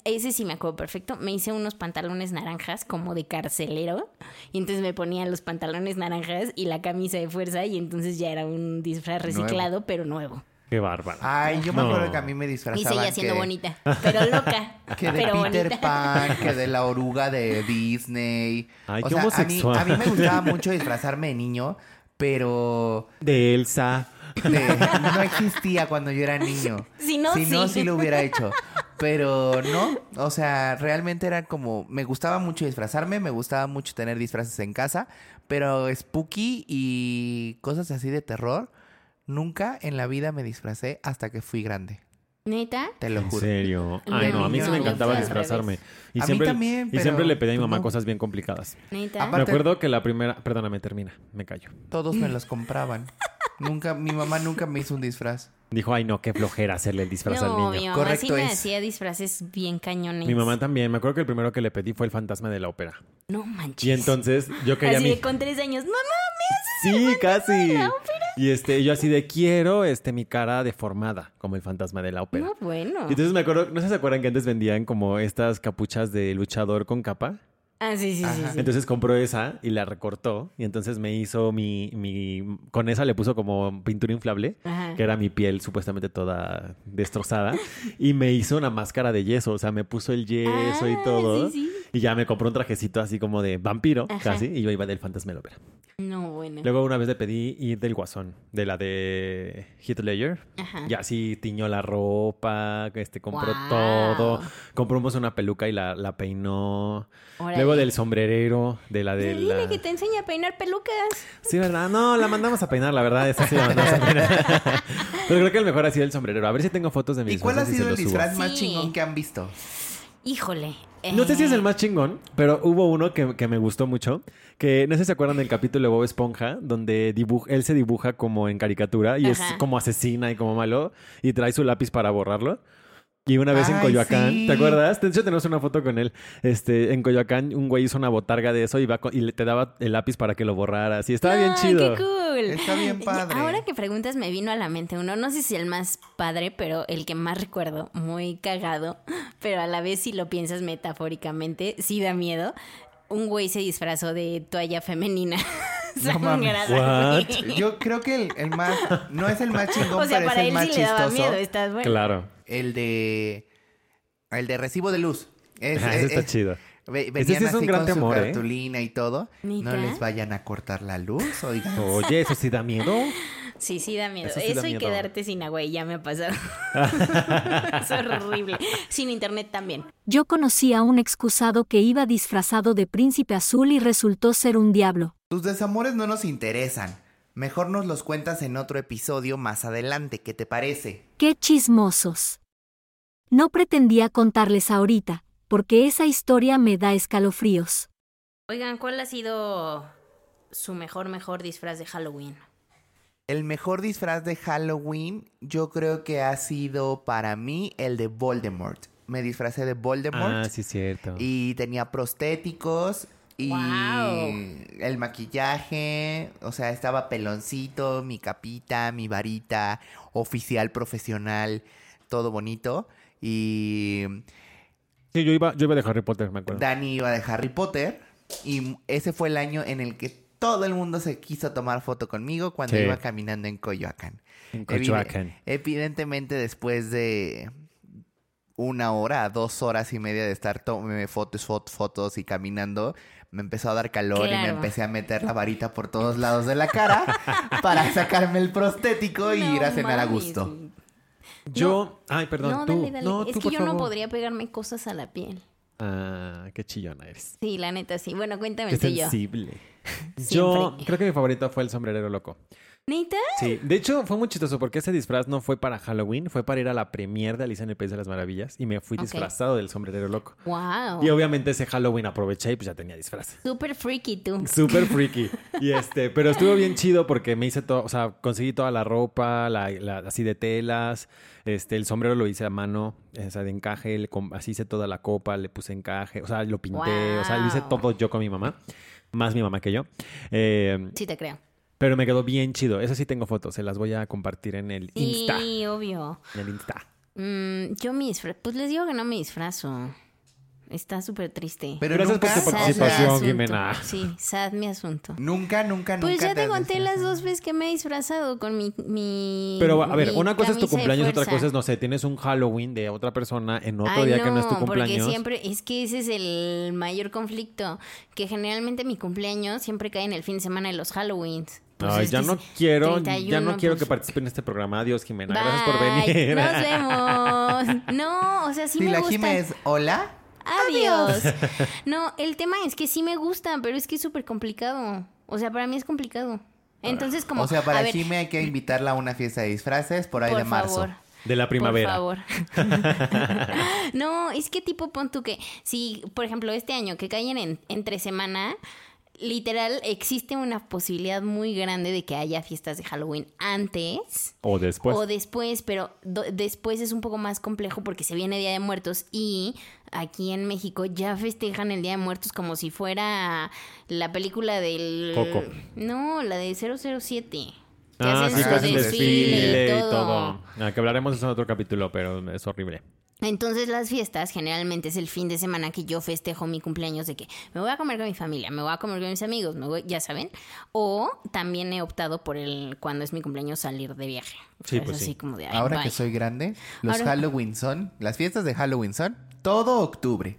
[SPEAKER 4] ese sí me acuerdo perfecto, me hice unos pantalones naranjas como de carcelero. Y entonces me ponía los pantalones naranjas y la camisa de fuerza. Y entonces ya era un disfraz
[SPEAKER 3] Nuevo.
[SPEAKER 4] reciclado, pero nuevo.
[SPEAKER 2] Qué bárbaro.
[SPEAKER 3] Ay, yo me
[SPEAKER 2] No.
[SPEAKER 3] acuerdo que a mí me
[SPEAKER 4] Y
[SPEAKER 3] disfrazaban
[SPEAKER 4] seguía siendo
[SPEAKER 3] que-
[SPEAKER 4] bonita, pero loca.
[SPEAKER 3] *laughs* Que de
[SPEAKER 4] pero
[SPEAKER 3] Peter
[SPEAKER 4] bonita.
[SPEAKER 3] Pan,
[SPEAKER 2] *laughs*
[SPEAKER 3] que de la oruga de Disney.
[SPEAKER 2] Ay,
[SPEAKER 3] o
[SPEAKER 2] qué
[SPEAKER 3] sea, a mí,
[SPEAKER 2] homosexual.
[SPEAKER 3] a mí
[SPEAKER 2] *laughs*
[SPEAKER 3] me gustaba mucho disfrazarme de niño, pero
[SPEAKER 2] De Elsa.
[SPEAKER 3] de- no existía cuando yo era niño.
[SPEAKER 4] Si no,
[SPEAKER 3] si no,
[SPEAKER 4] sí.
[SPEAKER 3] sí lo hubiera hecho. Pero no, o sea, realmente era como, me gustaba mucho disfrazarme, me gustaba mucho tener disfraces en casa, pero spooky y cosas así de terror, nunca en la vida me disfracé hasta que fui grande,
[SPEAKER 4] Neta,
[SPEAKER 3] te lo
[SPEAKER 2] En
[SPEAKER 3] juro.
[SPEAKER 2] serio.
[SPEAKER 4] No,
[SPEAKER 2] Ay, no, a mí sí
[SPEAKER 3] no,
[SPEAKER 2] me
[SPEAKER 3] yo
[SPEAKER 2] encantaba
[SPEAKER 3] fui al
[SPEAKER 2] disfrazarme. Y
[SPEAKER 3] A mí
[SPEAKER 2] siempre,
[SPEAKER 3] también,
[SPEAKER 2] y
[SPEAKER 3] pero
[SPEAKER 2] siempre le pedí a mi
[SPEAKER 3] tú
[SPEAKER 2] mamá
[SPEAKER 3] no.
[SPEAKER 2] cosas bien complicadas.
[SPEAKER 4] neta.
[SPEAKER 2] Me
[SPEAKER 3] Aparte-
[SPEAKER 2] acuerdo que la primera. Perdóname, termina. Me callo.
[SPEAKER 3] Todos me los compraban. Nunca, mi mamá nunca me hizo un disfraz.
[SPEAKER 2] Dijo, ay, no, qué flojera hacerle el disfraz al niño.
[SPEAKER 4] no, mi mamá sí
[SPEAKER 3] Correcto
[SPEAKER 4] me
[SPEAKER 3] es.
[SPEAKER 4] hacía disfraces bien cañones.
[SPEAKER 2] Mi mamá también. Me acuerdo que el primero que le pedí fue el fantasma de la ópera.
[SPEAKER 4] No manches.
[SPEAKER 2] Y entonces yo quería
[SPEAKER 4] Así
[SPEAKER 2] mi.
[SPEAKER 4] de con tres años, mamá, me *laughs*
[SPEAKER 2] Sí, casi. Y este, yo así de quiero este mi cara deformada, como el fantasma de la
[SPEAKER 4] haces.
[SPEAKER 2] ópera.
[SPEAKER 4] No, bueno.
[SPEAKER 2] Y entonces me acuerdo, no sé si se acuerdan que antes vendían como estas capuchas de luchador con capa.
[SPEAKER 4] Ah, sí, sí, sí, sí.
[SPEAKER 2] Entonces compró esa y la recortó. Y entonces me hizo mi, mi. Con esa le puso como pintura inflable,
[SPEAKER 4] Ajá.
[SPEAKER 2] que era mi piel supuestamente toda destrozada. y me hizo una máscara de yeso. O sea, me puso el yeso
[SPEAKER 4] Ah,
[SPEAKER 2] y todo.
[SPEAKER 4] sí, sí.
[SPEAKER 2] Y ya me compró un trajecito así como de vampiro,
[SPEAKER 4] Ajá.
[SPEAKER 2] casi. Y yo iba del fantasma de la ópera.
[SPEAKER 4] No, bueno.
[SPEAKER 2] Luego una vez le pedí ir del guasón, de la de Heath Ledger.
[SPEAKER 4] Ajá.
[SPEAKER 2] Y así tiñó la ropa, este, compró
[SPEAKER 4] Guau.
[SPEAKER 2] todo. Compramos una peluca y la, la peinó.
[SPEAKER 4] Órale.
[SPEAKER 2] Luego del sombrerero, de la de
[SPEAKER 4] Dile
[SPEAKER 2] la...
[SPEAKER 4] que te enseña a peinar pelucas.
[SPEAKER 2] Sí, ¿verdad? No, la mandamos a peinar, la verdad. Esa sí la mandamos a peinar.
[SPEAKER 4] *laughs*
[SPEAKER 2] Pero creo que el mejor ha sido el sombrerero. A ver si tengo fotos de mis
[SPEAKER 3] ¿Y cuál ha
[SPEAKER 2] disfraces
[SPEAKER 3] sido el
[SPEAKER 2] se los subo.
[SPEAKER 3] disfraz más
[SPEAKER 4] Sí.
[SPEAKER 3] chingón que han visto?
[SPEAKER 4] Híjole.
[SPEAKER 2] No sé si es
[SPEAKER 4] eh,
[SPEAKER 2] el más chingón, pero hubo uno que, que me gustó mucho, que no sé si se acuerdan del capítulo de Bob Esponja, donde dibuj- él se dibuja como en caricatura y es
[SPEAKER 4] Ajá.
[SPEAKER 2] como asesina y como malo y trae su lápiz para borrarlo. Y una vez en
[SPEAKER 3] Ay,
[SPEAKER 2] Coyoacán,
[SPEAKER 3] sí.
[SPEAKER 2] ¿te acuerdas? De hecho, tenemos una foto con él. Este, en Coyoacán, un güey hizo una botarga de eso y, va con- y le- te daba el lápiz para que lo borraras. Y estaba bien
[SPEAKER 4] Ay,
[SPEAKER 2] chido.
[SPEAKER 4] ¡Qué cool!
[SPEAKER 3] Está bien
[SPEAKER 4] Y
[SPEAKER 3] padre.
[SPEAKER 4] Ahora que preguntas, me vino a la mente uno. No sé si el más padre, pero el que más recuerdo, muy cagado, pero a la vez, si lo piensas metafóricamente, sí da miedo. Un güey se disfrazó de toalla femenina. *laughs*
[SPEAKER 2] No mames.
[SPEAKER 4] sangrada,
[SPEAKER 2] What?
[SPEAKER 4] güey.
[SPEAKER 3] Yo creo que el, el más. *laughs* No es el más chingón,
[SPEAKER 4] *laughs* O sea,
[SPEAKER 3] pero
[SPEAKER 4] para
[SPEAKER 3] es el
[SPEAKER 4] él
[SPEAKER 3] más
[SPEAKER 4] sí le daba
[SPEAKER 3] chistoso.
[SPEAKER 4] miedo, estás bueno.
[SPEAKER 2] Claro.
[SPEAKER 3] El de. El de recibo de luz. Es, eh,
[SPEAKER 2] Ah, ese
[SPEAKER 3] es-
[SPEAKER 2] está
[SPEAKER 3] es-
[SPEAKER 2] chido.
[SPEAKER 3] ve-
[SPEAKER 2] Ese sí
[SPEAKER 3] Venían
[SPEAKER 2] es un
[SPEAKER 3] así
[SPEAKER 2] gran
[SPEAKER 3] con su
[SPEAKER 2] temor, ¿eh?
[SPEAKER 3] cartulina y todo.
[SPEAKER 4] ¿Neta?
[SPEAKER 3] No les vayan a cortar la luz, oigan.
[SPEAKER 2] Oye, eso sí da miedo.
[SPEAKER 4] Sí, sí da miedo.
[SPEAKER 2] Eso
[SPEAKER 4] Eso,
[SPEAKER 2] sí da
[SPEAKER 4] y
[SPEAKER 2] miedo.
[SPEAKER 4] quedarte sin agua, y ya me ha pasado.
[SPEAKER 3] *laughs*
[SPEAKER 4] es horrible. Sin internet también.
[SPEAKER 1] Yo conocí a un excusado que iba disfrazado de príncipe azul y resultó ser un diablo.
[SPEAKER 3] Tus desamores no nos interesan. Mejor nos los cuentas en otro episodio más adelante. ¿Qué te parece?
[SPEAKER 1] ¡Qué chismosos! No pretendía contarles ahorita, porque esa historia me da escalofríos.
[SPEAKER 4] Oigan, ¿cuál ha sido su mejor, mejor disfraz de Halloween?
[SPEAKER 3] El mejor disfraz de Halloween yo creo que ha sido para mí el de Voldemort. Me disfracé de
[SPEAKER 2] Ah,
[SPEAKER 3] Voldemort
[SPEAKER 2] sí, es cierto.
[SPEAKER 3] y tenía prostéticos y
[SPEAKER 4] Guau.
[SPEAKER 3] el maquillaje, o sea, estaba peloncito, mi capita, mi varita, oficial profesional, todo bonito y
[SPEAKER 2] Sí, yo iba, yo iba de Harry Potter, me acuerdo.
[SPEAKER 3] Dani iba de Harry Potter y ese fue el año en el que todo el mundo se quiso tomar foto conmigo cuando
[SPEAKER 2] Sí.
[SPEAKER 3] iba caminando en Coyoacán.
[SPEAKER 2] En
[SPEAKER 3] Evide-
[SPEAKER 2] Coyoacán.
[SPEAKER 3] Evidentemente, después de una hora, dos horas y media de estar tomando fotos, fotos, fotos y caminando, me empezó a dar calor y me
[SPEAKER 4] Claro.
[SPEAKER 3] empecé a meter la varita por todos lados de la
[SPEAKER 4] *laughs*
[SPEAKER 3] cara para sacarme el prostético y ir a cenar a gusto.
[SPEAKER 2] Yo. Ay, perdón,
[SPEAKER 4] no,
[SPEAKER 2] tú.
[SPEAKER 4] dale, dale.
[SPEAKER 2] No,
[SPEAKER 4] es
[SPEAKER 2] tú,
[SPEAKER 4] que
[SPEAKER 2] por
[SPEAKER 4] yo no
[SPEAKER 2] favor.
[SPEAKER 4] podría pegarme cosas a la piel.
[SPEAKER 2] Ah, qué chillona eres.
[SPEAKER 4] Sí, la neta, sí. Bueno, cuéntame
[SPEAKER 2] Qué
[SPEAKER 4] el tuyo. *laughs*
[SPEAKER 2] sensible. Yo
[SPEAKER 4] Siempre.
[SPEAKER 2] creo que mi favorito fue el sombrerero loco.
[SPEAKER 4] ¿Neta?
[SPEAKER 2] Sí, de hecho fue muy chistoso porque ese disfraz no fue para Halloween, fue para ir a la premier de Alicia en el País de las Maravillas y me fui
[SPEAKER 4] Ok.
[SPEAKER 2] disfrazado del sombrerero loco. Y
[SPEAKER 4] Wow.
[SPEAKER 2] obviamente ese Halloween aproveché y pues ya tenía disfraz.
[SPEAKER 4] Súper freaky tú.
[SPEAKER 2] Súper freaky. Y este, pero estuvo bien chido porque me hice todo, o sea, conseguí toda la ropa, la, la- así de telas, este, el sombrero lo hice a mano, o sea, de encaje, le com- así hice toda la copa, le puse encaje, o sea, lo pinté, o sea, lo hice
[SPEAKER 4] Wow.
[SPEAKER 2] todo yo con mi mamá, más mi mamá que yo. Eh,
[SPEAKER 4] Sí, te creo.
[SPEAKER 2] pero me quedó bien chido. Eso sí tengo fotos, se las voy a compartir en el Insta.
[SPEAKER 4] Sí, obvio.
[SPEAKER 2] En el Insta.
[SPEAKER 4] Mm, yo me disfrazo. Pues les digo que no me disfrazo. Está súper triste.
[SPEAKER 3] Pero
[SPEAKER 2] Gracias por
[SPEAKER 3] nunca,
[SPEAKER 2] tu
[SPEAKER 3] o sea,
[SPEAKER 2] participación,
[SPEAKER 4] mi asunto.
[SPEAKER 2] Jimena.
[SPEAKER 4] Sí, sad mi asunto.
[SPEAKER 3] nunca, nunca, nunca.
[SPEAKER 4] Pues ya te
[SPEAKER 3] has
[SPEAKER 4] conté
[SPEAKER 3] disfrazado.
[SPEAKER 4] las dos veces que me he disfrazado con mi. mi
[SPEAKER 2] Pero a ver,
[SPEAKER 4] mi
[SPEAKER 2] una cosa es tu
[SPEAKER 4] camisa de
[SPEAKER 2] cumpleaños, otra
[SPEAKER 4] fuerza.
[SPEAKER 2] cosa es, no sé, tienes un Halloween de otra persona en otro
[SPEAKER 4] Ay,
[SPEAKER 2] día que no es tu cumpleaños.
[SPEAKER 4] Porque siempre, es que ese es el mayor conflicto, que generalmente mi cumpleaños siempre cae en el fin de semana de los Halloweens. Pues
[SPEAKER 2] Ay,
[SPEAKER 4] es
[SPEAKER 2] ya
[SPEAKER 4] que
[SPEAKER 2] no
[SPEAKER 4] sí,
[SPEAKER 2] quiero,
[SPEAKER 4] 31,
[SPEAKER 2] ya no quiero que
[SPEAKER 4] pues,
[SPEAKER 2] participe en este programa. Adiós, Jimena.
[SPEAKER 4] bye,
[SPEAKER 2] Gracias por venir.
[SPEAKER 4] Nos vemos. No, o sea, sí
[SPEAKER 3] Si
[SPEAKER 4] me
[SPEAKER 3] la
[SPEAKER 4] gustan.
[SPEAKER 3] Jime es hola,
[SPEAKER 4] Adiós. *laughs* No, el tema es que sí me gustan, pero es que es súper complicado. O sea, para mí es complicado. Entonces, como.
[SPEAKER 3] o sea, para
[SPEAKER 4] a ver,
[SPEAKER 3] Jime hay que invitarla a una fiesta de disfraces por ahí
[SPEAKER 4] por
[SPEAKER 3] de marzo.
[SPEAKER 4] favor.
[SPEAKER 2] *laughs* De la primavera.
[SPEAKER 4] Por favor.
[SPEAKER 2] *laughs*
[SPEAKER 4] no, es que tipo pon tú que, si, por ejemplo, este año que caen en, entre semana, literal existe una posibilidad muy grande de que haya fiestas de Halloween antes
[SPEAKER 2] O después.
[SPEAKER 4] o después, pero do- después es un poco más complejo porque se viene Día de Muertos y aquí en México ya festejan el Día de Muertos como si fuera la película del...
[SPEAKER 2] Coco.
[SPEAKER 4] No, la de 007. Que
[SPEAKER 2] Ah,
[SPEAKER 4] hacen
[SPEAKER 2] sí,
[SPEAKER 4] su
[SPEAKER 2] que hacen
[SPEAKER 4] desfile
[SPEAKER 2] desfile y todo. Ah, que hablaremos de eso en otro capítulo, pero es horrible.
[SPEAKER 4] entonces las fiestas generalmente es el fin de semana que yo festejo mi cumpleaños de que me voy a comer con mi familia, me voy a comer con mis amigos, me voy, ya saben. O también he optado por el cuando es mi cumpleaños salir de viaje. O
[SPEAKER 2] Sí,
[SPEAKER 4] sea,
[SPEAKER 2] pues
[SPEAKER 4] es
[SPEAKER 2] sí.
[SPEAKER 4] así como de, ay,
[SPEAKER 3] Ahora
[SPEAKER 4] bye.
[SPEAKER 3] que soy grande, los
[SPEAKER 4] Ahora-
[SPEAKER 3] Halloween son, las fiestas de Halloween son todo octubre.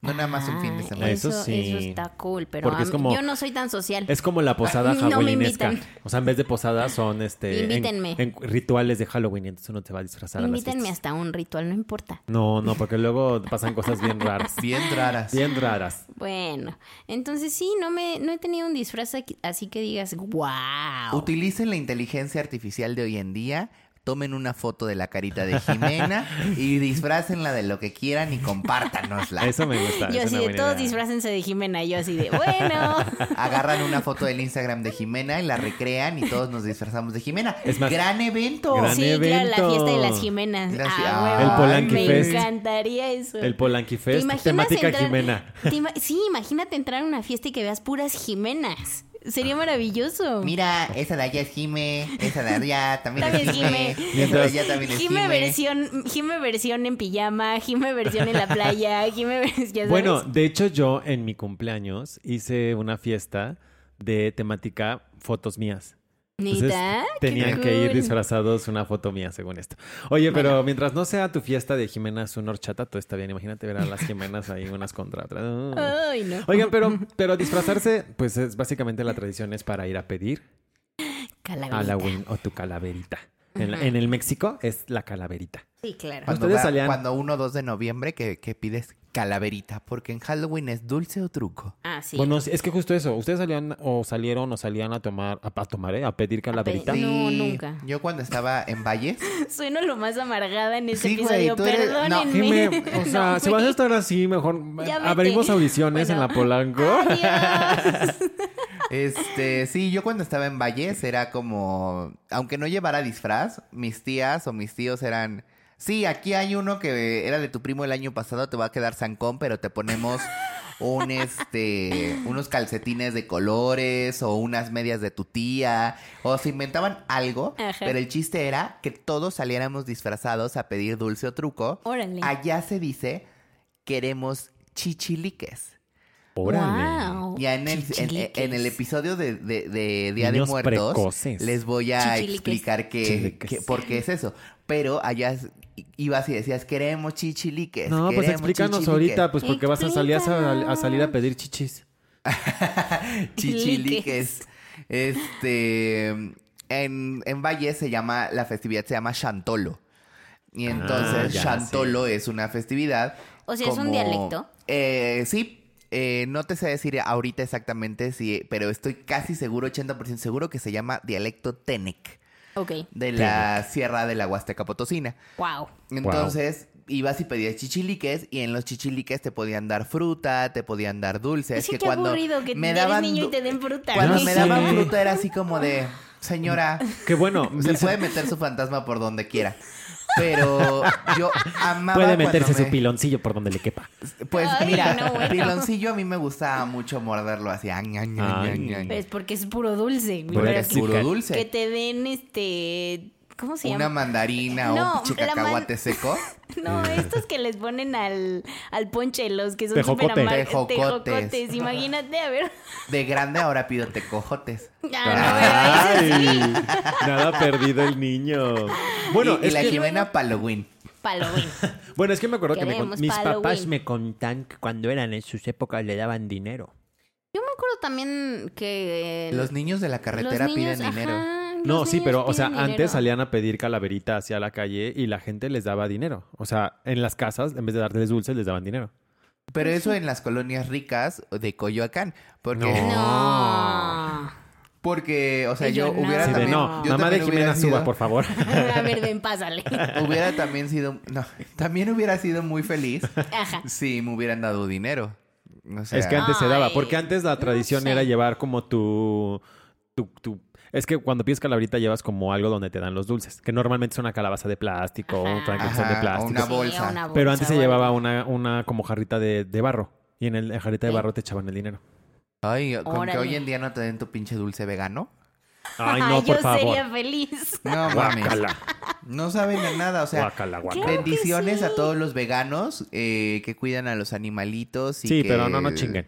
[SPEAKER 3] No nada más un fin de
[SPEAKER 4] Ah,
[SPEAKER 3] semana.
[SPEAKER 2] Eso
[SPEAKER 4] Eso,
[SPEAKER 2] sí.
[SPEAKER 4] eso está cool, pero
[SPEAKER 2] Porque
[SPEAKER 4] a
[SPEAKER 2] es
[SPEAKER 4] mí-
[SPEAKER 2] como-
[SPEAKER 4] yo no soy tan social.
[SPEAKER 2] Es como la posada
[SPEAKER 4] Ah, no me
[SPEAKER 2] halloweenesca.
[SPEAKER 4] invitan.
[SPEAKER 2] o sea, en vez de posada son este en-
[SPEAKER 4] Invítenme.
[SPEAKER 2] en rituales de Halloween, y entonces uno te va a disfrazar a las
[SPEAKER 4] Invítenme
[SPEAKER 2] fiestas.
[SPEAKER 4] hasta un ritual, no importa.
[SPEAKER 2] No, no, porque luego pasan cosas bien raras.
[SPEAKER 3] Bien raras.
[SPEAKER 2] Bien raras.
[SPEAKER 4] Bueno, entonces sí, no me no he tenido un disfraz aquí- así que digas, wow.
[SPEAKER 3] Utilicen la inteligencia artificial de hoy en día, tomen una foto de la carita de Jimena y disfrácenla de lo que quieran y compártanosla.
[SPEAKER 2] Eso me gusta.
[SPEAKER 4] Yo
[SPEAKER 2] es
[SPEAKER 4] así
[SPEAKER 2] una
[SPEAKER 4] de
[SPEAKER 2] buena
[SPEAKER 4] todos
[SPEAKER 2] idea.
[SPEAKER 4] disfrácense de Jimena, yo así de, bueno.
[SPEAKER 2] *laughs*
[SPEAKER 3] Agarran una foto del Instagram de Jimena y la recrean y todos nos disfrazamos de Jimena.
[SPEAKER 2] Es más,
[SPEAKER 3] gran evento.
[SPEAKER 2] gran-
[SPEAKER 4] Sí, claro,
[SPEAKER 2] evento.
[SPEAKER 4] la fiesta de las Jimenas.
[SPEAKER 3] La
[SPEAKER 4] Ah,
[SPEAKER 3] fi-
[SPEAKER 4] huevo,
[SPEAKER 2] El Polanqui
[SPEAKER 4] me
[SPEAKER 2] Fest.
[SPEAKER 4] encantaría eso.
[SPEAKER 2] El Polanqui
[SPEAKER 4] ¿Te
[SPEAKER 2] Fest,
[SPEAKER 4] imaginas
[SPEAKER 2] temática
[SPEAKER 4] entrar-
[SPEAKER 2] Jimena.
[SPEAKER 4] te ima- sí, imagínate entrar a una fiesta y que veas puras Jimenas. Sería maravilloso.
[SPEAKER 3] Mira, esa de allá es Jime, esa de allá también,
[SPEAKER 4] También
[SPEAKER 3] es
[SPEAKER 4] es
[SPEAKER 3] Jime,
[SPEAKER 4] Jime.
[SPEAKER 3] esa de allá también es Jime.
[SPEAKER 4] Jime versión, Jime versión en pijama, Jime versión en la playa, Jime versión...
[SPEAKER 2] Bueno, de hecho yo en mi cumpleaños hice una fiesta de temática fotos mías. Entonces,
[SPEAKER 4] ¿Neta? ¡Qué
[SPEAKER 2] pues tenían que ir
[SPEAKER 4] cool!
[SPEAKER 2] disfrazados una foto mía, según esto. Oye, pero mientras no sea tu fiesta de Jimena una horchata, todo está bien. Imagínate ver a las Jimenas ahí unas contra
[SPEAKER 4] *laughs*
[SPEAKER 2] otras. Ah.
[SPEAKER 4] Ay, no.
[SPEAKER 2] Oigan,
[SPEAKER 4] *laughs*
[SPEAKER 2] pero, pero disfrazarse, pues es básicamente la tradición es para ir a pedir
[SPEAKER 4] Calaverita.
[SPEAKER 2] Halloween o tu calaverita. En, la- en el México es la calaverita.
[SPEAKER 4] Sí,
[SPEAKER 2] Cuando
[SPEAKER 4] claro.
[SPEAKER 3] Cuando,
[SPEAKER 2] ustedes
[SPEAKER 3] va-
[SPEAKER 2] salían-
[SPEAKER 3] cuando 1 2 de noviembre que, que pides calaverita, porque en Halloween es dulce o truco.
[SPEAKER 4] Ah, sí.
[SPEAKER 2] Bueno, es que justo eso. Ustedes salían o salieron o salían a tomar, a, a tomar, ¿eh? A pedir calaverita.
[SPEAKER 4] pedir. No, nunca.
[SPEAKER 3] Yo cuando estaba en Valles,
[SPEAKER 4] Sueno lo más amargada en este
[SPEAKER 3] Sí, güey,
[SPEAKER 4] episodio.
[SPEAKER 3] tú eres- no,
[SPEAKER 4] Perdónenme.
[SPEAKER 2] Jime,
[SPEAKER 4] *laughs*
[SPEAKER 2] o sea,
[SPEAKER 4] No,
[SPEAKER 2] si vas a
[SPEAKER 4] güey.
[SPEAKER 2] estar así, mejor
[SPEAKER 4] Ya vete.
[SPEAKER 2] abrimos audiciones en
[SPEAKER 4] Bueno.
[SPEAKER 2] la Polanco.
[SPEAKER 4] Adiós.
[SPEAKER 3] este, sí, yo cuando estaba en Valles era como, aunque no llevara disfraz, mis tías o mis tíos eran, sí, aquí hay uno que era de tu primo el año pasado, te va a quedar zancón, pero te ponemos un, este, unos calcetines de colores o unas medias de tu tía, o se inventaban algo,
[SPEAKER 4] Ajá.
[SPEAKER 3] pero el chiste era que todos saliéramos disfrazados a pedir dulce o truco.
[SPEAKER 4] Órale.
[SPEAKER 3] Allá se dice, queremos chichiliques.
[SPEAKER 2] Órale.
[SPEAKER 4] Wow.
[SPEAKER 3] Ya en el, en- en,
[SPEAKER 4] Oh, Chichiliques.
[SPEAKER 3] el episodio de, de- de Día
[SPEAKER 2] Niños
[SPEAKER 3] de Muertos
[SPEAKER 2] precoces.
[SPEAKER 3] les voy a
[SPEAKER 4] Chichiliques.
[SPEAKER 3] explicar que,
[SPEAKER 2] Chichiliques.
[SPEAKER 3] que- por qué es eso. Pero allá s- ibas y decías, queremos chichiliques.
[SPEAKER 2] No, pues
[SPEAKER 3] queremos
[SPEAKER 2] explícanos
[SPEAKER 3] chichiliques".
[SPEAKER 2] ahorita, pues porque vas a salir a, sal- a salir a
[SPEAKER 4] Explícanos.
[SPEAKER 2] pedir chichis.
[SPEAKER 3] Chichiliques. Este, en, en Valle se llama, la festividad se llama Chantolo. Y entonces
[SPEAKER 2] ya,
[SPEAKER 3] Chantolo es una festividad.
[SPEAKER 4] O sea, ¿es un dialecto?
[SPEAKER 3] Eh, sí. Eh, no te sé decir ahorita exactamente si, pero estoy casi seguro, 80% seguro que se llama dialecto Tenec
[SPEAKER 4] Ok.
[SPEAKER 3] de la Sierra de la Huasteca Potosina.
[SPEAKER 4] Wow.
[SPEAKER 3] Entonces, ibas y pedías chichiliques y en los chichiliques te podían dar fruta, te podían dar dulces.
[SPEAKER 4] Es que qué aburrido que eres niño y
[SPEAKER 3] du-
[SPEAKER 4] te den fruta.
[SPEAKER 3] Cuando
[SPEAKER 2] Ya
[SPEAKER 3] me
[SPEAKER 2] sé.
[SPEAKER 3] daban fruta era así como de, señora,
[SPEAKER 2] Que bueno,
[SPEAKER 3] *laughs* se
[SPEAKER 2] dice-
[SPEAKER 3] puede meter su fantasma por donde quiera. Pero yo amaba
[SPEAKER 2] puede
[SPEAKER 3] cuando
[SPEAKER 2] meterse su
[SPEAKER 3] me-
[SPEAKER 2] piloncillo por donde le quepa.
[SPEAKER 3] Pues
[SPEAKER 4] Ay,
[SPEAKER 3] mira,
[SPEAKER 4] no, bueno.
[SPEAKER 3] piloncillo a mí me gustaba mucho morderlo así. ah, ña, ña,
[SPEAKER 2] Ay.
[SPEAKER 3] ña, ña, ña.
[SPEAKER 4] Pero es porque es pues, puro dulce.
[SPEAKER 2] Bueno,
[SPEAKER 4] güey. Pero
[SPEAKER 3] Porque
[SPEAKER 2] que
[SPEAKER 3] es
[SPEAKER 4] que,
[SPEAKER 2] sí,
[SPEAKER 3] puro
[SPEAKER 2] ca-
[SPEAKER 3] dulce.
[SPEAKER 4] que te den este. ¿Cómo se
[SPEAKER 3] Una
[SPEAKER 4] llama?
[SPEAKER 3] mandarina
[SPEAKER 4] No,
[SPEAKER 3] o un pinche
[SPEAKER 4] la man-
[SPEAKER 3] cacahuate seco.
[SPEAKER 4] *laughs* No, estos que les ponen al, al ponche, los que son
[SPEAKER 2] Tejocote.
[SPEAKER 4] súper amargos.
[SPEAKER 3] Tejocotes.
[SPEAKER 4] Tejocotes. Imagínate, a ver. *laughs*
[SPEAKER 3] De grande ahora pido tecojotes.
[SPEAKER 4] Ah, no, pero eso
[SPEAKER 2] Ay, nada perdido el niño. Bueno,
[SPEAKER 3] y, y
[SPEAKER 2] es
[SPEAKER 3] la
[SPEAKER 2] que,
[SPEAKER 3] Jimena Palowin.
[SPEAKER 4] es Halloween.
[SPEAKER 2] bueno, es que me acuerdo que me con-
[SPEAKER 4] Queremos
[SPEAKER 2] mis papás
[SPEAKER 4] Halloween.
[SPEAKER 2] me contan que cuando eran en sus épocas le daban dinero.
[SPEAKER 4] Yo me acuerdo también que.
[SPEAKER 3] Los niños de la carretera
[SPEAKER 4] los
[SPEAKER 3] piden
[SPEAKER 4] niños,
[SPEAKER 3] dinero.
[SPEAKER 4] ajá, los
[SPEAKER 2] No, sí,
[SPEAKER 4] niños
[SPEAKER 2] pero, o
[SPEAKER 4] piden
[SPEAKER 2] sea,
[SPEAKER 4] dinero.
[SPEAKER 2] antes salían a pedir calaverita hacia la calle y la gente les daba dinero. O sea, en las casas, en vez de darles dulces, les daban dinero.
[SPEAKER 3] Pero eso en las colonias ricas de Coyoacán. Porque,
[SPEAKER 2] Oh.
[SPEAKER 4] No.
[SPEAKER 3] porque o sea,
[SPEAKER 4] Y yo
[SPEAKER 3] yo
[SPEAKER 4] no.
[SPEAKER 3] hubiera
[SPEAKER 2] Sí, de,
[SPEAKER 3] también...
[SPEAKER 2] no,
[SPEAKER 3] yo
[SPEAKER 2] mamá de
[SPEAKER 3] también
[SPEAKER 2] Jimena
[SPEAKER 3] hubiera sido-
[SPEAKER 2] suba, por
[SPEAKER 3] *laughs*
[SPEAKER 2] favor.
[SPEAKER 4] *laughs*
[SPEAKER 2] *laughs*
[SPEAKER 4] A ver, ven, pásale.
[SPEAKER 3] Hubiera también sido... No, también hubiera sido muy feliz
[SPEAKER 4] *laughs* Ajá.
[SPEAKER 3] si me hubieran dado dinero. O sea,
[SPEAKER 2] es que antes se daba,
[SPEAKER 4] Ay,
[SPEAKER 2] porque antes la
[SPEAKER 4] no
[SPEAKER 2] tradición
[SPEAKER 4] sé.
[SPEAKER 2] era llevar como tu, tu, tu- Es que cuando pides calaverita llevas como algo donde te dan los dulces, que normalmente es una calabaza de plástico, un
[SPEAKER 4] Ajá.
[SPEAKER 2] frankenstein de
[SPEAKER 3] Ajá,
[SPEAKER 2] plástico.
[SPEAKER 3] Una bolsa.
[SPEAKER 2] Pero antes se
[SPEAKER 4] bueno.
[SPEAKER 2] llevaba una, una como jarrita de, de barro. Y en el- la jarrita de
[SPEAKER 4] Sí.
[SPEAKER 2] barro te echaban el
[SPEAKER 4] *laughs*
[SPEAKER 2] dinero.
[SPEAKER 3] Ay, con
[SPEAKER 4] Órale.
[SPEAKER 3] que hoy en día no te den tu pinche dulce vegano.
[SPEAKER 2] Ay, no, por
[SPEAKER 4] yo
[SPEAKER 2] favor.
[SPEAKER 4] *laughs* sería feliz.
[SPEAKER 3] No, mames.
[SPEAKER 2] Guácala,
[SPEAKER 3] No saben a nada, o sea...
[SPEAKER 2] guácala, guácala.
[SPEAKER 4] Claro que
[SPEAKER 3] Bendiciones
[SPEAKER 4] sí.
[SPEAKER 3] a todos los veganos eh, que cuidan a los animalitos. Y
[SPEAKER 2] Sí,
[SPEAKER 3] que-
[SPEAKER 2] pero no, no chinguen.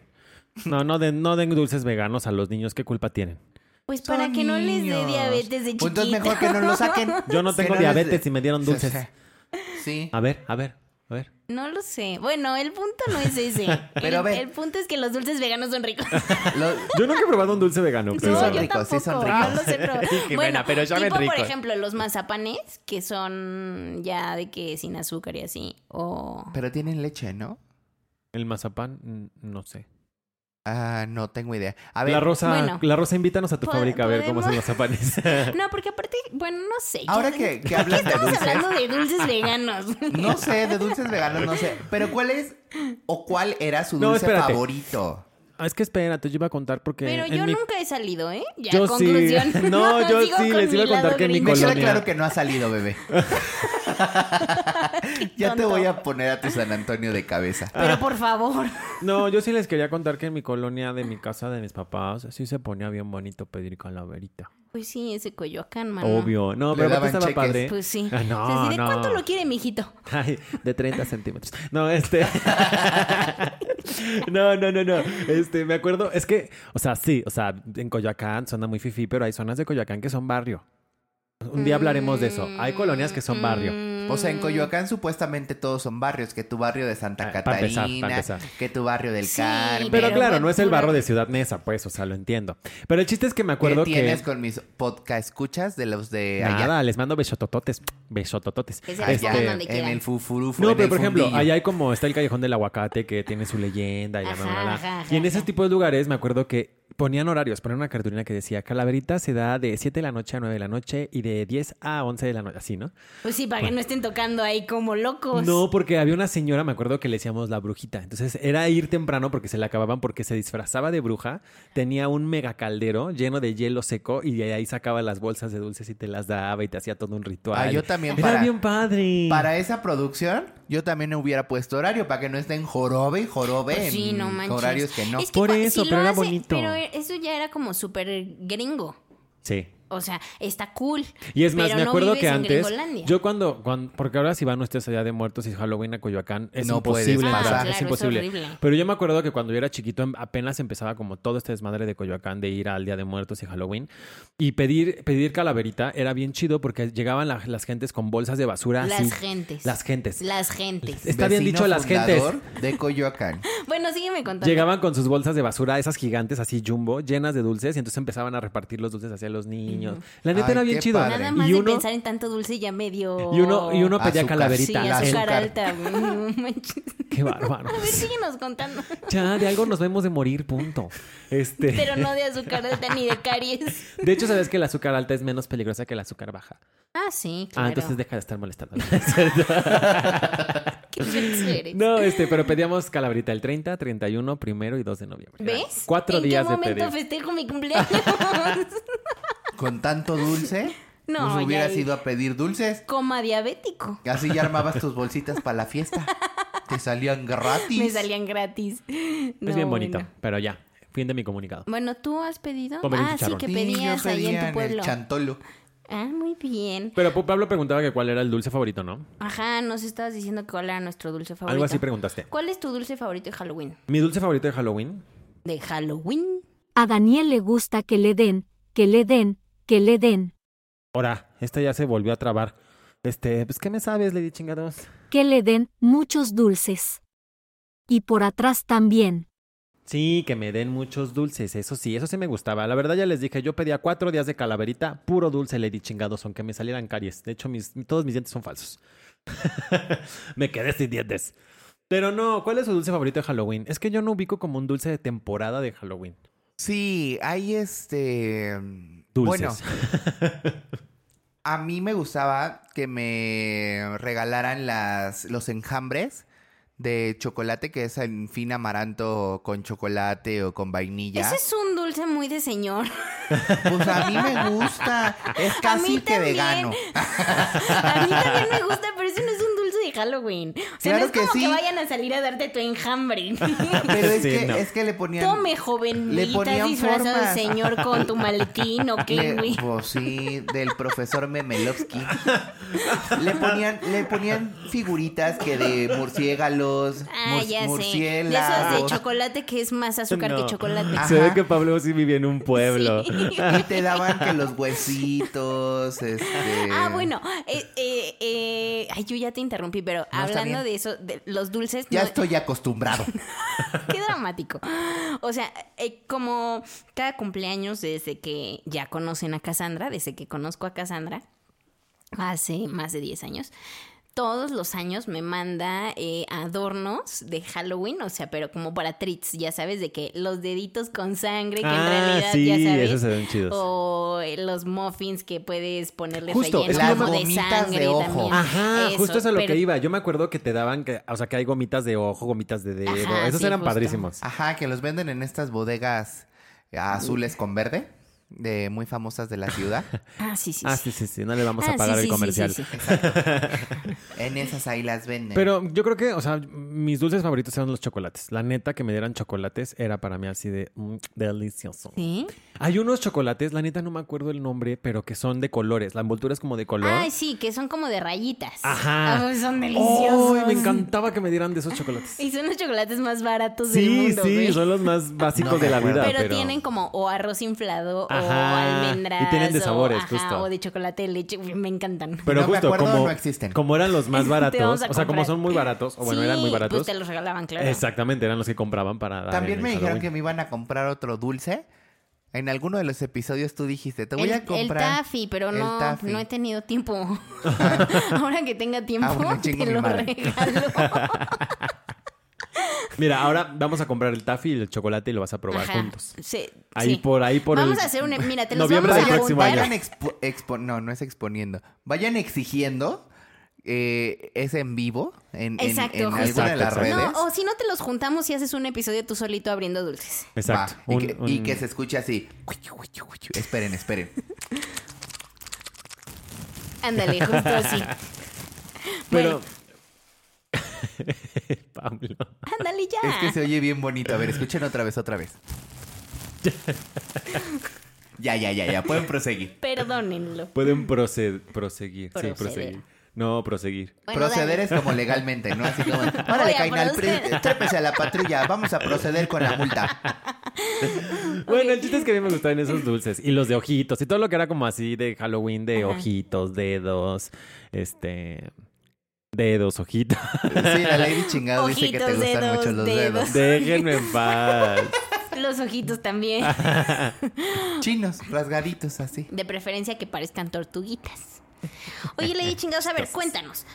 [SPEAKER 2] No, no den, no den dulces veganos a los niños. ¿Qué culpa tienen?
[SPEAKER 4] Pues
[SPEAKER 3] Son
[SPEAKER 4] para que no les dé
[SPEAKER 3] niños.
[SPEAKER 4] diabetes de
[SPEAKER 3] Pues
[SPEAKER 4] chiquito.
[SPEAKER 3] Entonces mejor que no lo saquen.
[SPEAKER 2] Yo no
[SPEAKER 3] Que
[SPEAKER 2] tengo
[SPEAKER 3] les dé-
[SPEAKER 2] diabetes y me dieron dulces. Ah.
[SPEAKER 3] Sí.
[SPEAKER 2] A ver, a ver, a ver.
[SPEAKER 4] *laughs* No lo sé. Bueno, el punto no es
[SPEAKER 2] *laughs*
[SPEAKER 4] ese.
[SPEAKER 3] Pero a
[SPEAKER 4] el,
[SPEAKER 3] ver.
[SPEAKER 4] el punto es que los dulces veganos son ricos. *laughs*
[SPEAKER 3] Lo-
[SPEAKER 2] Yo nunca he probado un dulce vegano.
[SPEAKER 4] No,
[SPEAKER 2] pero-
[SPEAKER 3] son
[SPEAKER 4] yo
[SPEAKER 3] ricos, sí son
[SPEAKER 4] tampoco,
[SPEAKER 3] ricos.
[SPEAKER 4] no los he
[SPEAKER 2] *laughs*
[SPEAKER 4] probado.
[SPEAKER 2] Jimena,
[SPEAKER 4] bueno,
[SPEAKER 2] Ah. pero saben
[SPEAKER 4] tipo, por
[SPEAKER 2] ricos.
[SPEAKER 4] ejemplo, los mazapanes, que son ya de que sin azúcar y así. O.
[SPEAKER 2] *laughs*
[SPEAKER 3] Pero tienen leche, ¿no?
[SPEAKER 2] El mazapán, mm, no sé.
[SPEAKER 3] Ah, no tengo idea. A ver,
[SPEAKER 2] la Rosa,
[SPEAKER 4] bueno.
[SPEAKER 2] la Rosa, invítanos a tu
[SPEAKER 4] Po-
[SPEAKER 2] fábrica a ver cómo hacen
[SPEAKER 4] podemos-
[SPEAKER 2] los zapanes.
[SPEAKER 4] *laughs* No, porque aparte, bueno, no sé. ya-
[SPEAKER 3] ahora que, que hablas de
[SPEAKER 4] Estamos *laughs*
[SPEAKER 3] dulces,
[SPEAKER 4] hablando de
[SPEAKER 2] *laughs*
[SPEAKER 4] dulces veganos. *laughs*
[SPEAKER 3] no sé, de dulces veganos, no sé. Pero ¿cuál es o cuál era su
[SPEAKER 2] No,
[SPEAKER 3] dulce
[SPEAKER 2] espérate.
[SPEAKER 3] favorito?
[SPEAKER 2] Ah, es que espérate, yo iba a contar porque.
[SPEAKER 4] Pero
[SPEAKER 2] en
[SPEAKER 4] yo
[SPEAKER 2] mi-
[SPEAKER 4] nunca he salido, ¿eh? Ya,
[SPEAKER 2] Yo sí.
[SPEAKER 4] conclusión.
[SPEAKER 2] *laughs* No, yo
[SPEAKER 4] *laughs* sigo
[SPEAKER 2] sí,
[SPEAKER 4] con
[SPEAKER 2] les iba a
[SPEAKER 4] mi
[SPEAKER 2] contar
[SPEAKER 4] lado
[SPEAKER 2] que en mi
[SPEAKER 3] Me
[SPEAKER 4] gringo.
[SPEAKER 3] queda
[SPEAKER 2] Colonia. *laughs*
[SPEAKER 3] claro que no ha salido, bebé. Ya te
[SPEAKER 4] tonto.
[SPEAKER 3] voy a poner a tu San Antonio de cabeza.
[SPEAKER 2] Ah.
[SPEAKER 4] Pero por favor.
[SPEAKER 2] No, yo sí les quería contar que en mi colonia de mi casa de mis papás sí se ponía bien bonito pedir calaverita.
[SPEAKER 4] Pues sí, ese Coyoacán, mano.
[SPEAKER 2] Obvio. No,
[SPEAKER 3] Le
[SPEAKER 2] pero aparte
[SPEAKER 3] daban
[SPEAKER 2] estaba
[SPEAKER 3] cheques.
[SPEAKER 2] padre.
[SPEAKER 4] Pues sí.
[SPEAKER 2] *laughs* Ah, no,
[SPEAKER 4] O sea, así de,
[SPEAKER 2] no.
[SPEAKER 4] cuánto lo quiere, mijito?
[SPEAKER 2] Ay, de 30 centímetros. No, este. *laughs* No, no, no, no. Este, me acuerdo, es que, o sea, sí, o sea, en Coyoacán suena muy fifí, pero hay zonas de Coyoacán que son barrio. Un día hablaremos de eso. Hay colonias que
[SPEAKER 4] Mm,
[SPEAKER 2] son barrio.
[SPEAKER 3] O sea, en Coyoacán supuestamente todos son barrios, que tu barrio de Santa
[SPEAKER 2] Ah, para empezar,
[SPEAKER 3] Catarina,
[SPEAKER 2] para empezar.
[SPEAKER 3] que tu barrio del
[SPEAKER 4] Sí,
[SPEAKER 3] Carmen.
[SPEAKER 2] Pero,
[SPEAKER 4] Pero
[SPEAKER 2] claro,
[SPEAKER 4] bueno,
[SPEAKER 2] no es el
[SPEAKER 4] pura-
[SPEAKER 2] barro de Ciudad Neza, pues, o sea, lo entiendo. Pero el chiste es que me acuerdo
[SPEAKER 3] ¿Qué
[SPEAKER 2] que.
[SPEAKER 3] tienes con mis podcast escuchas de los de allá?
[SPEAKER 2] Nada, les mando besotototes. Besotototes. Este,
[SPEAKER 4] Que se
[SPEAKER 3] Allá,
[SPEAKER 4] les pongan donde
[SPEAKER 3] en
[SPEAKER 4] quieran.
[SPEAKER 3] el fufurufu,
[SPEAKER 2] No,
[SPEAKER 3] en
[SPEAKER 2] pero
[SPEAKER 3] el
[SPEAKER 2] por ejemplo,
[SPEAKER 3] fundillo.
[SPEAKER 2] allá hay como está el callejón del aguacate que tiene su leyenda y la
[SPEAKER 4] Ajá,
[SPEAKER 2] bla, bla, bla.
[SPEAKER 4] ajá, ajá,
[SPEAKER 2] Y en ese
[SPEAKER 4] ajá.
[SPEAKER 2] tipo de lugares me acuerdo que ponían horarios, ponían una cartulina que decía calaverita se da de 7 de la noche a 9 de la noche y de 10 a 11 de la noche, así, ¿no?
[SPEAKER 4] Pues sí, para que no estén tocando ahí como locos.
[SPEAKER 2] No, porque había una señora, me acuerdo que le decíamos la brujita. Entonces era ir temprano porque se la acababan porque se disfrazaba de bruja, tenía un mega caldero lleno de hielo seco y de ahí sacaba las bolsas de dulces y te las daba y te hacía todo un ritual.
[SPEAKER 3] Ah, yo también
[SPEAKER 2] Era
[SPEAKER 3] para-
[SPEAKER 2] bien padre.
[SPEAKER 3] Para esa producción, yo también hubiera puesto horario para que no estén jorobe y jorobe
[SPEAKER 4] Pues sí,
[SPEAKER 3] en
[SPEAKER 4] no manches.
[SPEAKER 3] horarios que no.
[SPEAKER 4] Es que
[SPEAKER 2] Por
[SPEAKER 4] cua-
[SPEAKER 2] eso,
[SPEAKER 4] si
[SPEAKER 2] pero
[SPEAKER 4] lo
[SPEAKER 2] era
[SPEAKER 4] hace-
[SPEAKER 2] bonito.
[SPEAKER 4] Pero eso ya era como súper gringo.
[SPEAKER 2] Sí.
[SPEAKER 4] O sea, está cool.
[SPEAKER 2] Y es más,
[SPEAKER 4] pero
[SPEAKER 2] me
[SPEAKER 4] no
[SPEAKER 2] acuerdo
[SPEAKER 4] vives
[SPEAKER 2] que
[SPEAKER 4] en
[SPEAKER 2] antes.
[SPEAKER 4] Gringolandia.
[SPEAKER 2] Yo cuando, cuando- Porque ahora si van ustedes allá de muertos y Halloween a Coyoacán, es
[SPEAKER 3] No puedes
[SPEAKER 2] imposible.
[SPEAKER 3] pasar.
[SPEAKER 2] entrar,
[SPEAKER 4] Ah, claro,
[SPEAKER 2] es
[SPEAKER 4] es
[SPEAKER 2] imposible.
[SPEAKER 4] horrible.
[SPEAKER 2] Pero yo me acuerdo que cuando yo era chiquito em- apenas empezaba como todo este desmadre de Coyoacán de ir al Día de Muertos y Halloween. Y pedir, pedir calaverita era bien chido porque llegaban la- las gentes con bolsas de basura.
[SPEAKER 4] Las
[SPEAKER 2] así.
[SPEAKER 4] gentes.
[SPEAKER 2] Las gentes.
[SPEAKER 4] Las gentes.
[SPEAKER 2] *laughs* Está bien
[SPEAKER 3] Vecino
[SPEAKER 2] dicho las gentes.
[SPEAKER 3] fundador De Coyoacán.
[SPEAKER 4] Bueno, sígueme contando.
[SPEAKER 2] Llegaban con sus bolsas de basura, esas gigantes así jumbo, llenas de dulces, y entonces empezaban a repartir los dulces hacia los niños. La neta
[SPEAKER 3] Ay,
[SPEAKER 2] era bien
[SPEAKER 3] qué
[SPEAKER 2] chido.
[SPEAKER 3] padre.
[SPEAKER 4] Nada
[SPEAKER 3] padre.
[SPEAKER 4] más
[SPEAKER 2] y
[SPEAKER 4] de
[SPEAKER 2] uno,
[SPEAKER 4] pensar en tanto dulce ya medio...
[SPEAKER 2] y uno, y uno pedía
[SPEAKER 3] Azúcar.
[SPEAKER 4] Sí,
[SPEAKER 2] calaverita.
[SPEAKER 3] La
[SPEAKER 4] azúcar
[SPEAKER 3] azúcar.
[SPEAKER 4] alta. *laughs* güey, no manches.
[SPEAKER 2] Qué bárbaro.
[SPEAKER 4] A ver, síguenos
[SPEAKER 2] *laughs*
[SPEAKER 4] contando.
[SPEAKER 2] Ya, de algo nos vemos de morir, punto. Este.
[SPEAKER 4] Pero no de azúcar alta ni de caries.
[SPEAKER 2] De hecho, sabes que el azúcar alta es menos peligrosa que el azúcar baja.
[SPEAKER 4] Ah, sí, claro.
[SPEAKER 2] Ah, entonces deja de estar
[SPEAKER 4] *laughs*
[SPEAKER 2] molestando.
[SPEAKER 4] Qué feliz eres.
[SPEAKER 2] no, este, pero pedíamos calabrita el 30, 31, primero y 2 de noviembre. Eran
[SPEAKER 4] ¿Ves?
[SPEAKER 2] Cuatro
[SPEAKER 4] ¿En
[SPEAKER 2] días
[SPEAKER 4] qué
[SPEAKER 2] de
[SPEAKER 4] momento
[SPEAKER 2] pedir.
[SPEAKER 4] festejo
[SPEAKER 2] *laughs*
[SPEAKER 4] mi cumpleaños?
[SPEAKER 3] Con tanto dulce,
[SPEAKER 4] *laughs* No,
[SPEAKER 3] pues
[SPEAKER 4] ya
[SPEAKER 3] hubieras
[SPEAKER 4] vi.
[SPEAKER 3] ido a pedir dulces.
[SPEAKER 4] Coma diabético.
[SPEAKER 3] Así ya armabas tus bolsitas para la fiesta. Te salían gratis.
[SPEAKER 4] *laughs* Me salían gratis.
[SPEAKER 2] Es
[SPEAKER 4] No,
[SPEAKER 2] bien bonito,
[SPEAKER 4] Bueno.
[SPEAKER 2] pero ya. Fin de mi comunicado.
[SPEAKER 4] Bueno, ¿tú has pedido?
[SPEAKER 2] Comer un
[SPEAKER 4] ah, sí,
[SPEAKER 2] chicharrón.
[SPEAKER 4] que
[SPEAKER 3] Sí, yo
[SPEAKER 4] pedías ahí
[SPEAKER 3] pedía
[SPEAKER 4] en
[SPEAKER 3] el
[SPEAKER 4] tu pueblo.
[SPEAKER 3] chantolo.
[SPEAKER 4] Ah, muy bien.
[SPEAKER 2] Pero Pu- Pablo preguntaba que cuál era el dulce favorito, ¿no?
[SPEAKER 4] Ajá, nos estabas diciendo cuál era nuestro dulce favorito.
[SPEAKER 2] Algo así preguntaste.
[SPEAKER 4] ¿Cuál es tu dulce favorito de Halloween?
[SPEAKER 2] Mi dulce favorito de Halloween.
[SPEAKER 4] ¿De Halloween?
[SPEAKER 1] A Daniel le gusta que le den, que le den, que le den,
[SPEAKER 2] Ahora, esta ya se volvió a trabar. Este, pues, ¿qué me sabes, Lady Chingados?
[SPEAKER 1] que le den muchos dulces. Y por atrás también.
[SPEAKER 2] Sí, que me den muchos dulces, eso sí, eso sí me gustaba. La verdad ya les dije, yo pedía cuatro días de calaverita, puro dulce lady chingados, aunque me salieran caries. De hecho, mis, todos mis dientes son falsos. *laughs* me quedé sin dientes. Pero no, ¿cuál es su dulce favorito de Halloween? Es que yo no ubico como un dulce de temporada de Halloween.
[SPEAKER 3] Sí, hay este. Bueno,
[SPEAKER 2] Dulces.
[SPEAKER 3] a mí me gustaba que me regalaran las, los enjambres de chocolate, que es en fin amaranto con chocolate o con vainilla.
[SPEAKER 4] Ese es un dulce muy de señor.
[SPEAKER 3] Pues a mí
[SPEAKER 4] *laughs*
[SPEAKER 3] me gusta. Es
[SPEAKER 4] mí
[SPEAKER 3] casi que
[SPEAKER 4] también.
[SPEAKER 3] vegano.
[SPEAKER 4] A mí también me gusta, pero ese no es un dulce de Halloween. O sea,
[SPEAKER 3] Claro
[SPEAKER 4] no es
[SPEAKER 3] que
[SPEAKER 4] como
[SPEAKER 3] sí.
[SPEAKER 4] que vayan a salir a darte tu
[SPEAKER 3] *laughs*
[SPEAKER 4] enjambre.
[SPEAKER 3] Pero es,
[SPEAKER 2] Sí,
[SPEAKER 3] que,
[SPEAKER 2] no.
[SPEAKER 3] es que le ponían.
[SPEAKER 4] Tome, joven.
[SPEAKER 3] Le
[SPEAKER 4] Le
[SPEAKER 3] ponían
[SPEAKER 4] disfrazado
[SPEAKER 3] formas.
[SPEAKER 4] de señor con tu
[SPEAKER 3] *laughs*
[SPEAKER 4] maletín o qué,
[SPEAKER 3] Le-
[SPEAKER 4] güey.
[SPEAKER 3] pues sí, del profesor Memelovsky. Le ponían, le ponían figuritas que de murciélagos,
[SPEAKER 4] Ah,
[SPEAKER 3] mur-
[SPEAKER 4] ya sé. De
[SPEAKER 3] murciélagos.
[SPEAKER 4] esos de chocolate que es más azúcar que
[SPEAKER 2] No.
[SPEAKER 4] chocolate.
[SPEAKER 3] Ah,
[SPEAKER 2] Se ve
[SPEAKER 3] Ajá.
[SPEAKER 2] que Pablo sí vivía en un
[SPEAKER 4] *laughs*
[SPEAKER 2] pueblo.
[SPEAKER 3] Y te daban que los huesitos, este...
[SPEAKER 4] Ah, bueno, eh, eh, eh, ay, yo ya te interrumpí, pero
[SPEAKER 3] No, está
[SPEAKER 4] hablando
[SPEAKER 3] bien.
[SPEAKER 4] de eso, de los dulces,
[SPEAKER 3] Ya
[SPEAKER 4] no-
[SPEAKER 3] estoy acostumbrado.
[SPEAKER 4] *laughs* qué dramático. O sea, eh, como cada cumpleaños, desde que ya conocen a Cassandra, desde que conozco a Cassandra, hace más de 10 años, todos los años me manda eh, adornos de Halloween, o sea, pero como para treats, ya sabes, de que los deditos con sangre, que en
[SPEAKER 2] Ah,
[SPEAKER 4] realidad,
[SPEAKER 2] sí,
[SPEAKER 4] ya sabes.
[SPEAKER 2] esos se ven chidos.
[SPEAKER 4] O eh, los muffins que puedes ponerle
[SPEAKER 2] Justo, es
[SPEAKER 4] relleno
[SPEAKER 2] que yo
[SPEAKER 4] como
[SPEAKER 2] me-
[SPEAKER 4] de
[SPEAKER 3] gomitas
[SPEAKER 4] sangre
[SPEAKER 3] de ojo.
[SPEAKER 4] también.
[SPEAKER 2] Ajá,
[SPEAKER 4] Eso,
[SPEAKER 2] justo eso es lo
[SPEAKER 4] pero-
[SPEAKER 2] que iba. Yo me acuerdo que te daban, que, o sea, que hay gomitas de ojo, gomitas de dedo.
[SPEAKER 4] Ajá,
[SPEAKER 2] Esos
[SPEAKER 4] sí,
[SPEAKER 2] eran
[SPEAKER 4] justo. Ah,
[SPEAKER 2] padrísimos.
[SPEAKER 3] Ajá, que los venden en estas bodegas azules con verde. de muy famosas de la ciudad.
[SPEAKER 4] Ah, sí, sí.
[SPEAKER 2] Ah,
[SPEAKER 4] sí.
[SPEAKER 2] sí, sí, sí, no le vamos
[SPEAKER 4] Ah,
[SPEAKER 2] a
[SPEAKER 4] sí,
[SPEAKER 2] pagar
[SPEAKER 4] sí,
[SPEAKER 2] el
[SPEAKER 4] sí,
[SPEAKER 2] comercial.
[SPEAKER 4] sí, sí.
[SPEAKER 3] en esas ahí las venden.
[SPEAKER 2] Pero yo creo que, o sea, mis dulces favoritos eran los chocolates. La neta, que me dieran chocolates era para mí así de mm, delicioso.
[SPEAKER 4] ¿Sí?
[SPEAKER 2] Hay unos chocolates, la neta no me acuerdo el nombre, pero que son de colores. La envoltura es como de color.
[SPEAKER 4] Ay, sí, que son como de rayitas.
[SPEAKER 2] Ajá. Oh.
[SPEAKER 4] Ah, son deliciosos.
[SPEAKER 2] ¡Ay, me encantaba que me dieran de esos chocolates.
[SPEAKER 4] Y son los chocolates más baratos del
[SPEAKER 2] Sí,
[SPEAKER 4] mundo.
[SPEAKER 2] sí,
[SPEAKER 4] güey.
[SPEAKER 2] son los más básicos
[SPEAKER 3] No me
[SPEAKER 2] de la
[SPEAKER 3] acuerdo.
[SPEAKER 2] vida.
[SPEAKER 4] pero,
[SPEAKER 2] Pero,
[SPEAKER 4] tienen como o arroz inflado
[SPEAKER 2] Ajá,
[SPEAKER 4] o almendras.
[SPEAKER 2] y tienen de
[SPEAKER 4] o-
[SPEAKER 2] sabores,
[SPEAKER 4] ajá,
[SPEAKER 2] justo.
[SPEAKER 4] o de chocolate de leche. Uy, Me encantan.
[SPEAKER 2] pero
[SPEAKER 3] No me
[SPEAKER 2] justo
[SPEAKER 3] acuerdo,
[SPEAKER 2] como,
[SPEAKER 3] no existen.
[SPEAKER 2] como eran los más
[SPEAKER 4] *laughs* Te
[SPEAKER 2] baratos,
[SPEAKER 4] vamos a
[SPEAKER 2] o sea, como
[SPEAKER 4] comprar.
[SPEAKER 2] son muy baratos, o bueno,
[SPEAKER 4] Sí,
[SPEAKER 2] eran muy baratos.
[SPEAKER 4] Pues te los regalaban, claro.
[SPEAKER 2] Exactamente, eran los que compraban para dar
[SPEAKER 3] También
[SPEAKER 2] en
[SPEAKER 3] me
[SPEAKER 2] el
[SPEAKER 3] dijeron que
[SPEAKER 2] Halloween.
[SPEAKER 3] me iban a comprar otro dulce. En alguno de los episodios tú dijiste, te voy
[SPEAKER 4] el,
[SPEAKER 3] a comprar.
[SPEAKER 4] el Taffy, pero
[SPEAKER 3] el
[SPEAKER 4] no,
[SPEAKER 3] taffy".
[SPEAKER 4] no he tenido
[SPEAKER 2] *laughs*
[SPEAKER 4] tiempo. *laughs* Ahora que tenga tiempo,
[SPEAKER 3] Ah, bueno, chingo
[SPEAKER 4] te
[SPEAKER 3] mi
[SPEAKER 4] lo
[SPEAKER 3] madre.
[SPEAKER 4] regalo.
[SPEAKER 2] Mira, ahora vamos a comprar el taffy y el chocolate y lo vas a probar
[SPEAKER 4] Ajá,
[SPEAKER 2] juntos.
[SPEAKER 4] Sí,
[SPEAKER 2] Ahí
[SPEAKER 4] sí.
[SPEAKER 2] por ahí por
[SPEAKER 4] Vamos
[SPEAKER 2] el-
[SPEAKER 4] a hacer un... e- Mira, te los
[SPEAKER 2] noviembre
[SPEAKER 4] vamos a
[SPEAKER 2] del
[SPEAKER 3] Vayan,
[SPEAKER 2] próximo
[SPEAKER 4] juntar.
[SPEAKER 2] año.
[SPEAKER 3] vayan expo- expo- no, no es exponiendo. Vayan exigiendo. eh, es en vivo. En, en-
[SPEAKER 4] Exacto,
[SPEAKER 3] en
[SPEAKER 4] justo.
[SPEAKER 3] alguna de las
[SPEAKER 2] Exacto,
[SPEAKER 3] redes.
[SPEAKER 2] exacto.
[SPEAKER 4] No, o si no te los juntamos y haces un episodio tú solito abriendo dulces.
[SPEAKER 2] Exacto.
[SPEAKER 3] Va, y,
[SPEAKER 2] un-
[SPEAKER 3] que, y
[SPEAKER 2] un-
[SPEAKER 3] que se escuche así. Esperen, esperen.
[SPEAKER 4] Ándale,
[SPEAKER 3] *laughs*
[SPEAKER 4] justo así.
[SPEAKER 2] Pero
[SPEAKER 4] Bueno,
[SPEAKER 2] *laughs* Pablo.
[SPEAKER 4] ándale ya.
[SPEAKER 3] Es que se oye bien bonito. A ver, escuchen otra vez,
[SPEAKER 2] *laughs*
[SPEAKER 3] otra vez. Ya, ya, ya, ya. Pueden proseguir.
[SPEAKER 4] Perdónenlo.
[SPEAKER 2] Pueden proced- proseguir.
[SPEAKER 4] Proceder.
[SPEAKER 2] Sí, proseguir. No, proseguir.
[SPEAKER 4] Bueno,
[SPEAKER 3] proceder
[SPEAKER 4] dale.
[SPEAKER 3] es como legalmente, ¿no?
[SPEAKER 4] *laughs*
[SPEAKER 3] Así como, órale,
[SPEAKER 4] Oiga,
[SPEAKER 3] Cainal,
[SPEAKER 4] pero usted-
[SPEAKER 3] pre- eh, trépese a la patrulla, vamos a proceder con la multa.
[SPEAKER 2] Bueno, el chiste es que a mí me gustaban esos dulces y los de ojitos y todo lo que era como así de Halloween de
[SPEAKER 4] Ajá.
[SPEAKER 2] ojitos, dedos, este dedos, ojitos. *laughs*
[SPEAKER 3] Sí, la lady chingado dice que te
[SPEAKER 4] Ojitos,
[SPEAKER 3] gustan
[SPEAKER 4] dedos,
[SPEAKER 3] mucho los dedos.
[SPEAKER 4] dedos.
[SPEAKER 2] Déjenme en paz.
[SPEAKER 4] Los ojitos también.
[SPEAKER 3] Ah. Chinos, rasgaditos así.
[SPEAKER 4] De preferencia que parezcan tortuguitas. Oye, Lady Chingados, a ver, cuéntanos.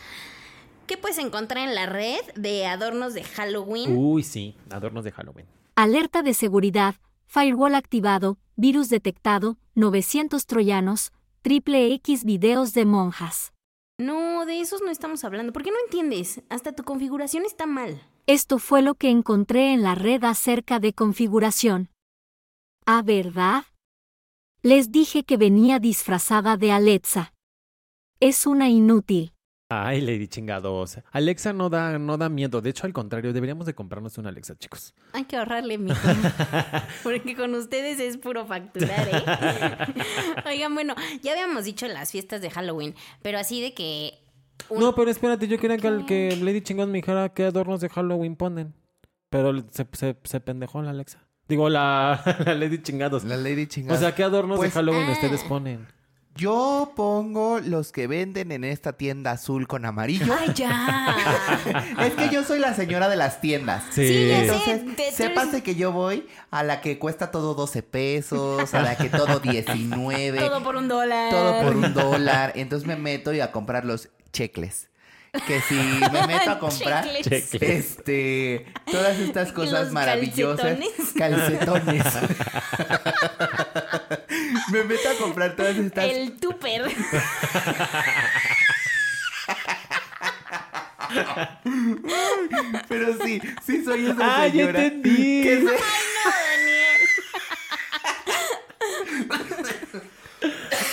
[SPEAKER 4] ¿Qué puedes encontrar en la red de adornos de
[SPEAKER 3] Uh.
[SPEAKER 4] Halloween?
[SPEAKER 2] Uy, sí, adornos de Halloween.
[SPEAKER 1] Alerta de seguridad, firewall activado, virus detectado, 900 troyanos, triple X videos de monjas.
[SPEAKER 4] No, de esos no estamos hablando. ¿Por qué no entiendes? Hasta tu configuración está mal.
[SPEAKER 1] Esto fue lo que encontré en la red acerca de configuración. ¿A verdad? Les dije que venía disfrazada de Alexa. Es una inútil.
[SPEAKER 2] Ay, Lady chingados. Alexa no da, no da miedo. De hecho, al contrario, deberíamos de comprarnos una Alexa, chicos.
[SPEAKER 4] Hay que ahorrarle, mijo. Porque con ustedes es puro facturar, ¿eh? Oigan, bueno, ya habíamos dicho las fiestas de Halloween, pero así de que. un-
[SPEAKER 2] No, pero espérate, yo quería que, al- que Lady Chingados me dijera qué adornos de Halloween ponen. Pero se, se- se pendejó la Alexa. Digo, la, *laughs* la Lady Chingados.
[SPEAKER 3] La lady
[SPEAKER 2] O
[SPEAKER 3] chingada.
[SPEAKER 2] sea, ¿qué adornos
[SPEAKER 3] Pues,
[SPEAKER 2] de Halloween
[SPEAKER 4] ah.
[SPEAKER 2] ustedes ponen?
[SPEAKER 3] yo pongo los que venden en esta tienda azul con amarillo.
[SPEAKER 4] *laughs* ¡Ay, ya!
[SPEAKER 3] es que yo soy la señora de las tiendas.
[SPEAKER 4] Sí, ya sé.
[SPEAKER 3] Entonces,
[SPEAKER 4] Te- tú eres-
[SPEAKER 3] sépase que yo voy a la que cuesta todo 12 pesos, a la que todo 19,
[SPEAKER 4] Todo por un dólar.
[SPEAKER 3] todo por un dólar. Entonces me meto y a comprar los checles. Que si me
[SPEAKER 4] *laughs*
[SPEAKER 3] meto a comprar
[SPEAKER 4] Chicles.
[SPEAKER 3] este todas estas cosas
[SPEAKER 4] Los
[SPEAKER 3] maravillosas.
[SPEAKER 4] *laughs*
[SPEAKER 3] Calcetones. me meto a comprar todas estas.
[SPEAKER 4] El tupper.
[SPEAKER 3] Pero sí, sí soy esa
[SPEAKER 2] ¡Ah, ya
[SPEAKER 3] señora. *laughs*
[SPEAKER 2] entendí!
[SPEAKER 3] que
[SPEAKER 2] *laughs*
[SPEAKER 3] se-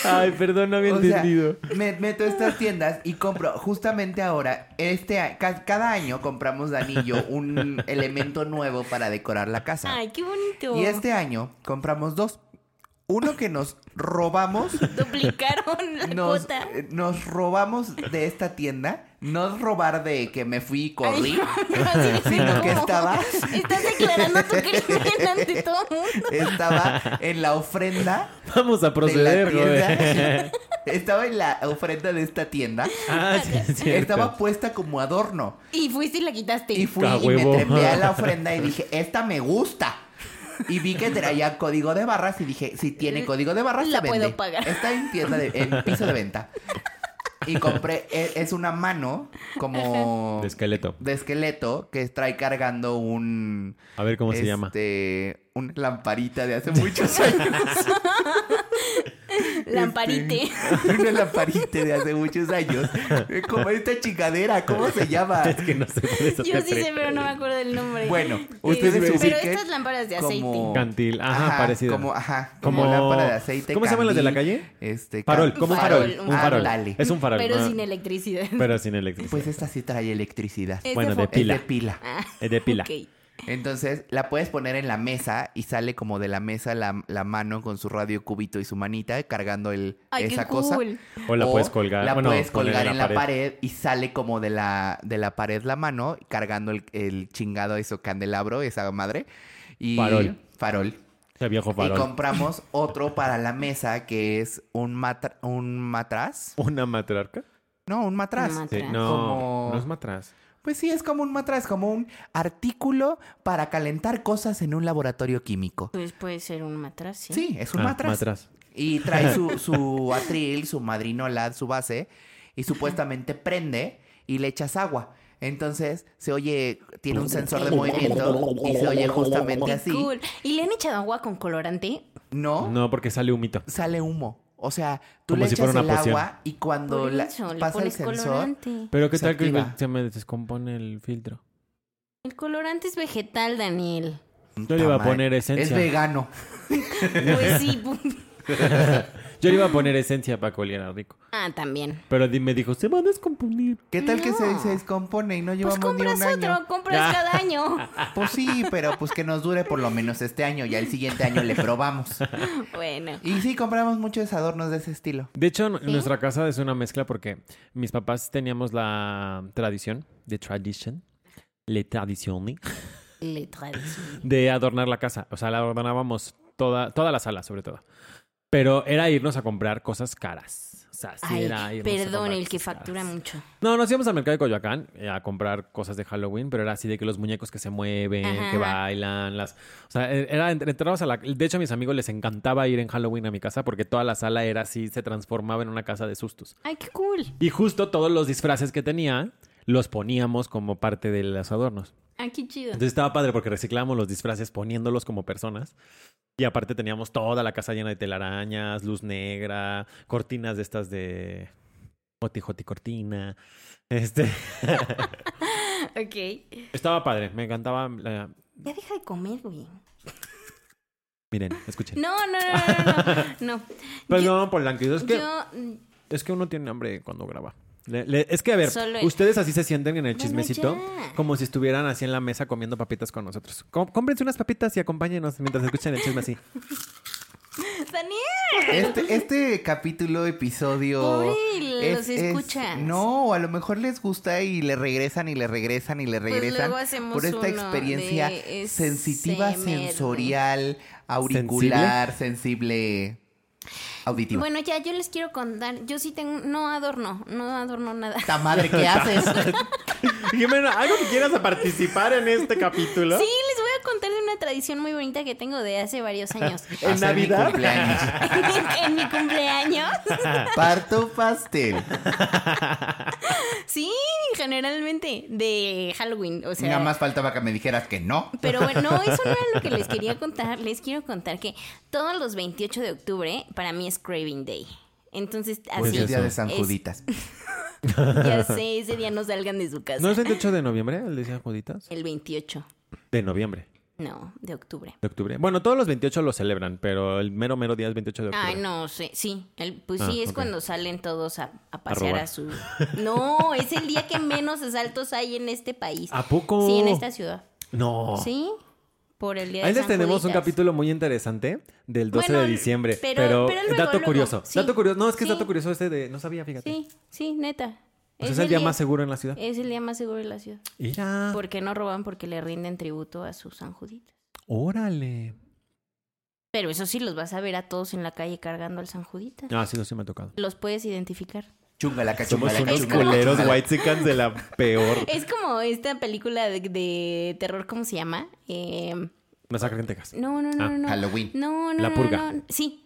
[SPEAKER 2] Ay, perdón, no había
[SPEAKER 3] O sea,
[SPEAKER 2] entendido.
[SPEAKER 3] me meto a estas tiendas y compro. Justamente ahora, este a- ca- cada año compramos de anillo un elemento nuevo para decorar la casa.
[SPEAKER 4] Ay, qué bonito.
[SPEAKER 3] y este año compramos dos. Uno que nos robamos.
[SPEAKER 4] Duplicaron la
[SPEAKER 3] Nos,
[SPEAKER 4] cuota.
[SPEAKER 3] eh, nos robamos de esta tienda. No es robar de que me fui y corrí.
[SPEAKER 4] Así que
[SPEAKER 3] sino que
[SPEAKER 4] no.
[SPEAKER 3] estaba-
[SPEAKER 4] Estás declarando tu crimen ante todo mundo.
[SPEAKER 3] Estaba en la
[SPEAKER 2] *laughs*
[SPEAKER 3] ofrenda
[SPEAKER 2] Vamos a proceder,
[SPEAKER 3] de la *laughs*
[SPEAKER 2] güey.
[SPEAKER 3] tienda. Estaba en la ofrenda de esta tienda.
[SPEAKER 2] Ah, sí, es *laughs* cierto.
[SPEAKER 3] Estaba puesta como adorno.
[SPEAKER 4] Y fuiste y la quitaste.
[SPEAKER 3] Y fui
[SPEAKER 2] A
[SPEAKER 3] y me
[SPEAKER 2] huevo.
[SPEAKER 3] trepé
[SPEAKER 4] *laughs*
[SPEAKER 3] a la ofrenda y dije, esta me gusta. Y vi que traía código de barras y dije, si tiene código de barras,
[SPEAKER 4] La
[SPEAKER 3] se
[SPEAKER 4] puedo
[SPEAKER 3] vende.
[SPEAKER 4] pagar.
[SPEAKER 3] Está en tienda de, en piso de venta. Y compré, e- es una mano como
[SPEAKER 2] De esqueleto.
[SPEAKER 3] de esqueleto que trae cargando un
[SPEAKER 2] A ver cómo se llama.
[SPEAKER 3] este, una lamparita de hace muchos años.
[SPEAKER 4] *laughs* Lamparite.
[SPEAKER 3] Este, una lamparite de hace muchos años. Eh, Como esta chingadera, ¿cómo se llama?
[SPEAKER 2] Es que no sé por eso
[SPEAKER 4] Yo
[SPEAKER 2] te
[SPEAKER 4] sí sé,
[SPEAKER 2] pre-
[SPEAKER 4] pero no me acuerdo del nombre. *laughs*
[SPEAKER 3] Bueno,
[SPEAKER 4] Eh,
[SPEAKER 3] ustedes
[SPEAKER 2] me
[SPEAKER 4] Pero
[SPEAKER 3] ubiquen
[SPEAKER 4] estas lámparas de aceite.
[SPEAKER 3] como-
[SPEAKER 2] Cantil, ajá, parecido.
[SPEAKER 3] Como, ajá, como,
[SPEAKER 2] Como-
[SPEAKER 3] lámpara de aceite.
[SPEAKER 2] ¿cómo se llaman las de la
[SPEAKER 3] candil,
[SPEAKER 2] calle?
[SPEAKER 3] Este,
[SPEAKER 2] Farol,
[SPEAKER 3] ca-
[SPEAKER 2] como un
[SPEAKER 4] farol,
[SPEAKER 2] farol.
[SPEAKER 4] un
[SPEAKER 2] un farol.
[SPEAKER 3] ándale.
[SPEAKER 2] Es un farol.
[SPEAKER 4] Pero
[SPEAKER 2] ah,
[SPEAKER 4] sin electricidad. *laughs*
[SPEAKER 2] pero sin electricidad.
[SPEAKER 3] Pues esta sí trae electricidad.
[SPEAKER 4] Es
[SPEAKER 2] bueno,
[SPEAKER 4] de
[SPEAKER 2] de
[SPEAKER 4] fo-
[SPEAKER 3] Es
[SPEAKER 2] pila.
[SPEAKER 3] de pila.
[SPEAKER 4] Ah,
[SPEAKER 2] Es de pila.
[SPEAKER 4] ok.
[SPEAKER 3] Entonces la puedes poner en la mesa y sale como de la mesa la, la mano con su radio cubito y su manita cargando el,
[SPEAKER 4] Ay,
[SPEAKER 3] esa
[SPEAKER 4] qué
[SPEAKER 3] cosa.
[SPEAKER 4] cool.
[SPEAKER 2] O la
[SPEAKER 3] O
[SPEAKER 2] puedes colgar.
[SPEAKER 3] La
[SPEAKER 2] bueno,
[SPEAKER 3] puedes
[SPEAKER 2] poner
[SPEAKER 3] colgar en la, pared. y sale como de la, de la pared la mano, cargando el, el chingado eso candelabro, esa madre. Y
[SPEAKER 2] Farol.
[SPEAKER 3] Farol.
[SPEAKER 2] Ese viejo
[SPEAKER 3] Y
[SPEAKER 2] farol.
[SPEAKER 3] compramos otro para la mesa que es un, matra- un matraz.
[SPEAKER 2] ¿Una matrarca?
[SPEAKER 3] No, un matraz.
[SPEAKER 4] Un mat-
[SPEAKER 2] Sí,
[SPEAKER 4] Atrás.
[SPEAKER 2] no,
[SPEAKER 3] Como-
[SPEAKER 2] no es matraz.
[SPEAKER 3] Pues sí, es como un matraz, como un artículo para calentar cosas en un laboratorio químico.
[SPEAKER 4] Pues puede ser un matraz, ¿sí?
[SPEAKER 3] Sí, es un
[SPEAKER 2] Ah,
[SPEAKER 3] matraz. Y trae *laughs* su, su atril, su madrinola, su base, y supuestamente prende y le echas agua. Entonces se oye, tiene un sensor de movimiento y se oye justamente
[SPEAKER 4] Qué
[SPEAKER 3] así.
[SPEAKER 4] cool. ¿Y le han echado agua con colorante?
[SPEAKER 3] No,
[SPEAKER 2] No, porque sale humito.
[SPEAKER 3] sale humo. O sea, tú
[SPEAKER 2] Como
[SPEAKER 3] le
[SPEAKER 2] si
[SPEAKER 3] echas
[SPEAKER 2] fuera
[SPEAKER 3] el
[SPEAKER 2] una poción.
[SPEAKER 3] agua y cuando
[SPEAKER 4] Por
[SPEAKER 3] la-
[SPEAKER 4] eso, le
[SPEAKER 3] pasa el
[SPEAKER 4] pones
[SPEAKER 3] sensor,
[SPEAKER 4] colorante.
[SPEAKER 2] Pero qué
[SPEAKER 3] Se
[SPEAKER 2] tal que
[SPEAKER 3] activa.
[SPEAKER 2] se me descompone el filtro.
[SPEAKER 4] El colorante es vegetal, Daniel.
[SPEAKER 2] Yo le iba a
[SPEAKER 3] Tamar-
[SPEAKER 2] poner
[SPEAKER 3] es
[SPEAKER 2] esencia.
[SPEAKER 3] vegano.
[SPEAKER 4] Pues
[SPEAKER 3] *laughs*
[SPEAKER 4] sí. pu-
[SPEAKER 2] Yo le iba a poner esencia para que oliera rico.
[SPEAKER 4] Ah, también.
[SPEAKER 2] Pero di- me dijo, se va a descomponer.
[SPEAKER 3] ¿Qué tal que se,
[SPEAKER 4] No.
[SPEAKER 3] se descompone y no
[SPEAKER 4] Pues
[SPEAKER 3] llevamos ni
[SPEAKER 4] compras
[SPEAKER 3] un año?
[SPEAKER 4] otro, compras
[SPEAKER 3] *laughs*
[SPEAKER 4] cada año.
[SPEAKER 3] Pues sí, pero pues que nos dure por lo menos este año. Ya el siguiente año le probamos.
[SPEAKER 4] Bueno.
[SPEAKER 3] Y sí, compramos muchos adornos de ese estilo.
[SPEAKER 2] De hecho, n-
[SPEAKER 4] ¿Sí?
[SPEAKER 2] nuestra casa es una mezcla porque mis papás teníamos la tradición, de tradition, le tradition,
[SPEAKER 4] Le tradición.
[SPEAKER 2] de adornar la casa. O sea, la adornábamos toda, toda la sala, sobre todo. Pero era irnos a comprar cosas caras. O sea, sí
[SPEAKER 4] Ay,
[SPEAKER 2] era irnos a
[SPEAKER 4] perdón,
[SPEAKER 2] comprar
[SPEAKER 4] el que
[SPEAKER 2] cosas caras.
[SPEAKER 4] factura mucho.
[SPEAKER 2] No, nos íbamos al mercado de Coyoacán eh, a comprar cosas de Halloween, pero era así de que los muñecos que se mueven,
[SPEAKER 4] Ajá,
[SPEAKER 2] que
[SPEAKER 4] ajá.
[SPEAKER 2] bailan, las... O sea, eh, era, ent- entrabas a la... De hecho, a mis amigos les encantaba ir en Halloween a mi casa porque toda la sala era así, se transformaba en una casa de sustos.
[SPEAKER 4] Ay, qué cool.
[SPEAKER 2] Y justo todos los disfraces que tenía los poníamos como parte de los adornos.
[SPEAKER 4] Ah, qué chido.
[SPEAKER 2] Entonces estaba padre porque reciclábamos los disfraces poniéndolos como personas. Y aparte teníamos toda la casa llena de telarañas, luz negra, cortinas de estas de motijoti cortina. Este,
[SPEAKER 4] Ok.
[SPEAKER 2] *laughs* estaba padre, me encantaba. la-
[SPEAKER 4] Ya deja de comer, güey.
[SPEAKER 2] Miren, escuchen.
[SPEAKER 4] No, no, no, no,
[SPEAKER 2] *laughs*
[SPEAKER 4] no. no.
[SPEAKER 2] Perdón, Polanquis, es
[SPEAKER 4] yo,
[SPEAKER 2] que,
[SPEAKER 4] yo, mm,
[SPEAKER 2] es que uno tiene hambre cuando graba. Le- le- es que, a ver,
[SPEAKER 4] Solo-
[SPEAKER 2] ustedes así se sienten en el
[SPEAKER 4] Bueno,
[SPEAKER 2] chismecito,
[SPEAKER 4] ya.
[SPEAKER 2] como si estuvieran así en la mesa comiendo papitas con nosotros. Com- cómprense unas papitas y acompáñenos mientras escuchan el chisme
[SPEAKER 4] *laughs*
[SPEAKER 2] así.
[SPEAKER 4] Daniel.
[SPEAKER 3] Este, este capítulo, episodio.
[SPEAKER 4] Pobre, los escuchas.
[SPEAKER 3] no, a lo mejor les gusta y le regresan y le regresan y le
[SPEAKER 4] Pues luego
[SPEAKER 3] regresan.
[SPEAKER 4] hacemos
[SPEAKER 3] por esta
[SPEAKER 4] uno
[SPEAKER 3] experiencia
[SPEAKER 4] de ese
[SPEAKER 3] sensitiva,
[SPEAKER 4] merda.
[SPEAKER 3] sensorial, auricular, sensible, auditiva.
[SPEAKER 4] Bueno, ya, yo les quiero contar. Yo sí tengo. No adorno, no adorno nada. *laughs*
[SPEAKER 3] ¡Ta
[SPEAKER 2] *laughs*
[SPEAKER 3] madre, ¿qué haces?
[SPEAKER 2] Jimena, ¿algo que quieras participar en este capítulo?
[SPEAKER 4] Sí, les voy a contar de una tradición muy bonita que tengo de hace varios años.
[SPEAKER 2] *laughs* ¿En
[SPEAKER 3] Hacer mi
[SPEAKER 2] Navidad?
[SPEAKER 3] cumpleaños.
[SPEAKER 4] *laughs* en mi cumpleaños. *laughs*
[SPEAKER 3] Parto pastel.
[SPEAKER 4] Sí, generalmente de Halloween, o sea.
[SPEAKER 3] Nada más faltaba que me dijeras que no.
[SPEAKER 4] Pero bueno, no, eso no era lo que les quería contar. Les quiero contar que todos los 28 de octubre para mí es Craving Day. Entonces,
[SPEAKER 3] Es
[SPEAKER 4] así
[SPEAKER 3] el día
[SPEAKER 2] eso.
[SPEAKER 3] de San
[SPEAKER 4] Es-
[SPEAKER 3] Juditas.
[SPEAKER 2] *laughs*
[SPEAKER 4] ya sé, ese día no salgan de su casa.
[SPEAKER 2] ¿No es el 8 de noviembre, el de San Juditas?
[SPEAKER 4] El 28,
[SPEAKER 2] De noviembre,
[SPEAKER 4] no, de octubre.
[SPEAKER 2] de octubre. Bueno, todos los 28 lo celebran, pero el mero mero día es 28 de octubre.
[SPEAKER 4] Ay, no sé, sí, el- pues
[SPEAKER 2] Ah,
[SPEAKER 4] sí, es
[SPEAKER 2] ok.
[SPEAKER 4] cuando salen todos a, a pasear
[SPEAKER 2] robar. *laughs*
[SPEAKER 4] a, su... No, es el día que menos asaltos hay en este país.
[SPEAKER 2] ¿A poco?
[SPEAKER 4] Sí, en esta ciudad.
[SPEAKER 2] No.
[SPEAKER 4] Sí, por el día de
[SPEAKER 2] oh. Ahí les
[SPEAKER 4] San
[SPEAKER 2] tenemos un
[SPEAKER 4] Juditas.
[SPEAKER 2] capítulo muy interesante del 12
[SPEAKER 4] Bueno,
[SPEAKER 2] de diciembre.
[SPEAKER 4] pero-
[SPEAKER 2] Pero,
[SPEAKER 4] pero luego,
[SPEAKER 2] dato
[SPEAKER 4] luego.
[SPEAKER 2] curioso.
[SPEAKER 4] Sí.
[SPEAKER 2] Dato curioso. No, es que es
[SPEAKER 4] Sí.
[SPEAKER 2] dato curioso este de. No sabía, fíjate.
[SPEAKER 4] Sí, Eh, sí, neta.
[SPEAKER 2] Pues es el día más seguro en la ciudad.
[SPEAKER 4] Es el día más seguro de la ciudad.
[SPEAKER 2] Mira.
[SPEAKER 4] Porque no roban porque le rinden tributo a sus San Juditas.
[SPEAKER 2] Órale.
[SPEAKER 4] Pero eso sí, los vas a ver a todos en la calle cargando al San Judita.
[SPEAKER 2] Ah, sí, no, sí me ha tocado.
[SPEAKER 4] Los puedes identificar.
[SPEAKER 3] Chungala,
[SPEAKER 2] Somos
[SPEAKER 3] cachungala,
[SPEAKER 2] unos
[SPEAKER 4] chungala,
[SPEAKER 2] culeros white chickens de la peor. *laughs*
[SPEAKER 4] Es como esta película de, de terror, ¿cómo se llama? Eh,
[SPEAKER 2] Masacre en Texas.
[SPEAKER 4] no, no, no,
[SPEAKER 2] Ah,
[SPEAKER 4] no, no.
[SPEAKER 3] Halloween.
[SPEAKER 4] No, no,
[SPEAKER 2] La
[SPEAKER 4] no,
[SPEAKER 2] purga.
[SPEAKER 4] no. Sí.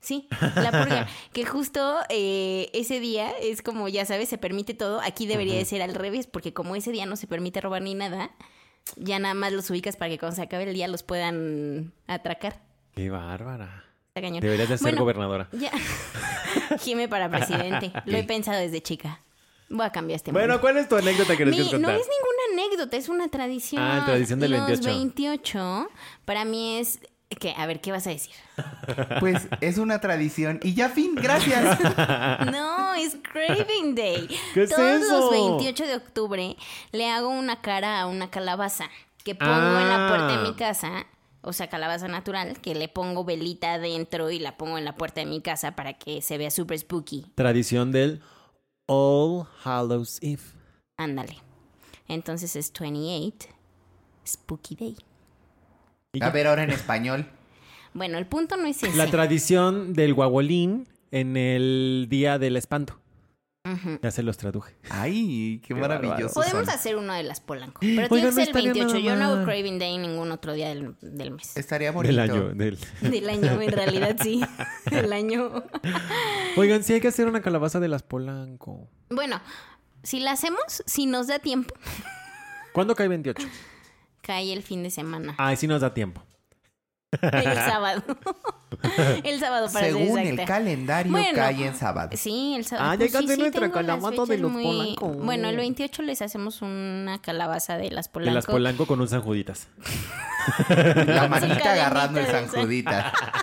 [SPEAKER 4] Sí, la
[SPEAKER 2] *laughs*
[SPEAKER 4] purga. que justo eh, ese día es como, ya sabes, se permite todo. Aquí debería de ser al revés, porque como ese día no se permite robar ni nada, ya nada más los ubicas para que cuando se acabe el día los puedan atracar.
[SPEAKER 2] Qué bárbara.
[SPEAKER 4] Está cañón.
[SPEAKER 2] Deberías de ser
[SPEAKER 4] Bueno.
[SPEAKER 2] gobernadora.
[SPEAKER 4] Ya. *laughs* Jime
[SPEAKER 2] *laughs*
[SPEAKER 4] para presidente. Lo he
[SPEAKER 3] Ok.
[SPEAKER 4] pensado desde chica. Voy a cambiar este
[SPEAKER 2] Bueno,
[SPEAKER 4] mundo.
[SPEAKER 2] ¿cuál es tu anécdota que nos
[SPEAKER 4] Mi-
[SPEAKER 2] quieres
[SPEAKER 4] no
[SPEAKER 2] contar?
[SPEAKER 4] es ninguna anécdota, es una tradición.
[SPEAKER 2] Ah, tradición del
[SPEAKER 4] Los
[SPEAKER 2] 28.
[SPEAKER 4] 28 para mí es que a ver, ¿qué vas a decir?
[SPEAKER 3] Pues es una tradición. Y ya fin, gracias.
[SPEAKER 4] No, es
[SPEAKER 2] *laughs*
[SPEAKER 4] Craving Day.
[SPEAKER 2] Ah, ¿Qué es
[SPEAKER 4] Todos
[SPEAKER 2] eso?
[SPEAKER 4] los 28 de octubre le hago una cara a una calabaza que pongo en
[SPEAKER 2] Ah.
[SPEAKER 4] la puerta de mi casa. O sea, calabaza natural, que le pongo velita adentro y la pongo en la puerta de mi casa para que se vea super spooky.
[SPEAKER 2] Tradición del All Hallows Eve.
[SPEAKER 4] Ándale. Entonces es 28, Spooky Day.
[SPEAKER 2] *laughs* Y
[SPEAKER 3] A
[SPEAKER 2] ya.
[SPEAKER 3] ver, ahora en español.
[SPEAKER 4] Bueno, el punto no es ese.
[SPEAKER 2] La tradición del guagolín en el día del espanto.
[SPEAKER 4] Ujú.
[SPEAKER 2] Ya se los traduje.
[SPEAKER 3] Ay, qué,
[SPEAKER 2] Qué
[SPEAKER 3] maravilloso.
[SPEAKER 4] Podemos
[SPEAKER 3] son.
[SPEAKER 4] hacer uno de las Polanco. Pero
[SPEAKER 2] Oiga,
[SPEAKER 4] tiene que
[SPEAKER 2] no
[SPEAKER 4] ser el
[SPEAKER 2] estaría
[SPEAKER 4] 28.
[SPEAKER 2] nada
[SPEAKER 4] Yo no hago
[SPEAKER 2] mal.
[SPEAKER 4] Craving Day ningún otro día del, del
[SPEAKER 3] *laughs*
[SPEAKER 4] mes.
[SPEAKER 3] Estaría bonito.
[SPEAKER 2] Del año. Del... *laughs*
[SPEAKER 4] Del año, en realidad sí. Del año.
[SPEAKER 2] Oigan, sí hay que hacer una calabaza de las Polanco.
[SPEAKER 4] Bueno, si la hacemos, si nos da tiempo,
[SPEAKER 2] ¿Cuándo cae 28?
[SPEAKER 4] cae el fin de
[SPEAKER 2] *laughs*
[SPEAKER 4] semana.
[SPEAKER 2] Ay, sí nos da tiempo.
[SPEAKER 4] El sábado. *laughs* El sábado para ser
[SPEAKER 3] Según el
[SPEAKER 4] exacta.
[SPEAKER 3] calendario,
[SPEAKER 4] Bueno.
[SPEAKER 3] cae en sábado.
[SPEAKER 4] Sí, el sábado.
[SPEAKER 2] Ah, ya
[SPEAKER 4] Pues sí,
[SPEAKER 2] alcancé
[SPEAKER 4] sí,
[SPEAKER 2] nuestra
[SPEAKER 4] tengo las
[SPEAKER 2] calabaza de
[SPEAKER 4] fechas
[SPEAKER 2] los Polanco.
[SPEAKER 4] Bueno, el 28 les hacemos una calabaza de las Polanco.
[SPEAKER 2] De las Polanco con un San Juditas.
[SPEAKER 3] La
[SPEAKER 4] Su
[SPEAKER 3] manita agarrando el
[SPEAKER 4] cadenita
[SPEAKER 3] San
[SPEAKER 4] de
[SPEAKER 3] Judita.
[SPEAKER 4] *laughs*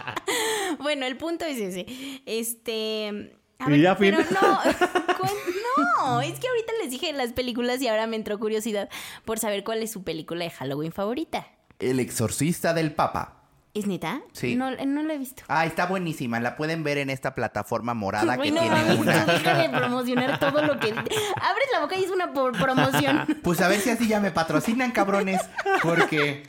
[SPEAKER 4] Bueno, el punto es ese. Este. a
[SPEAKER 2] Y ya fin.
[SPEAKER 4] pero
[SPEAKER 2] *laughs*
[SPEAKER 4] no, cuen- no, es que ahorita les dije las películas y ahora me entró curiosidad por saber cuál es su película de Halloween favorita.
[SPEAKER 3] El exorcista del Papa.
[SPEAKER 4] ¿Es neta?
[SPEAKER 3] Sí.
[SPEAKER 4] No, no la he visto.
[SPEAKER 3] Ah, está buenísima. La pueden ver en esta plataforma morada que
[SPEAKER 4] Bueno,
[SPEAKER 3] tienen
[SPEAKER 4] mami,
[SPEAKER 3] una.
[SPEAKER 4] *laughs* tú deja de promocionar todo lo que... Abres la boca y es una por-
[SPEAKER 2] *laughs*
[SPEAKER 4] promoción.
[SPEAKER 3] Pues a ver si así ya me patrocinan, cabrones. Porque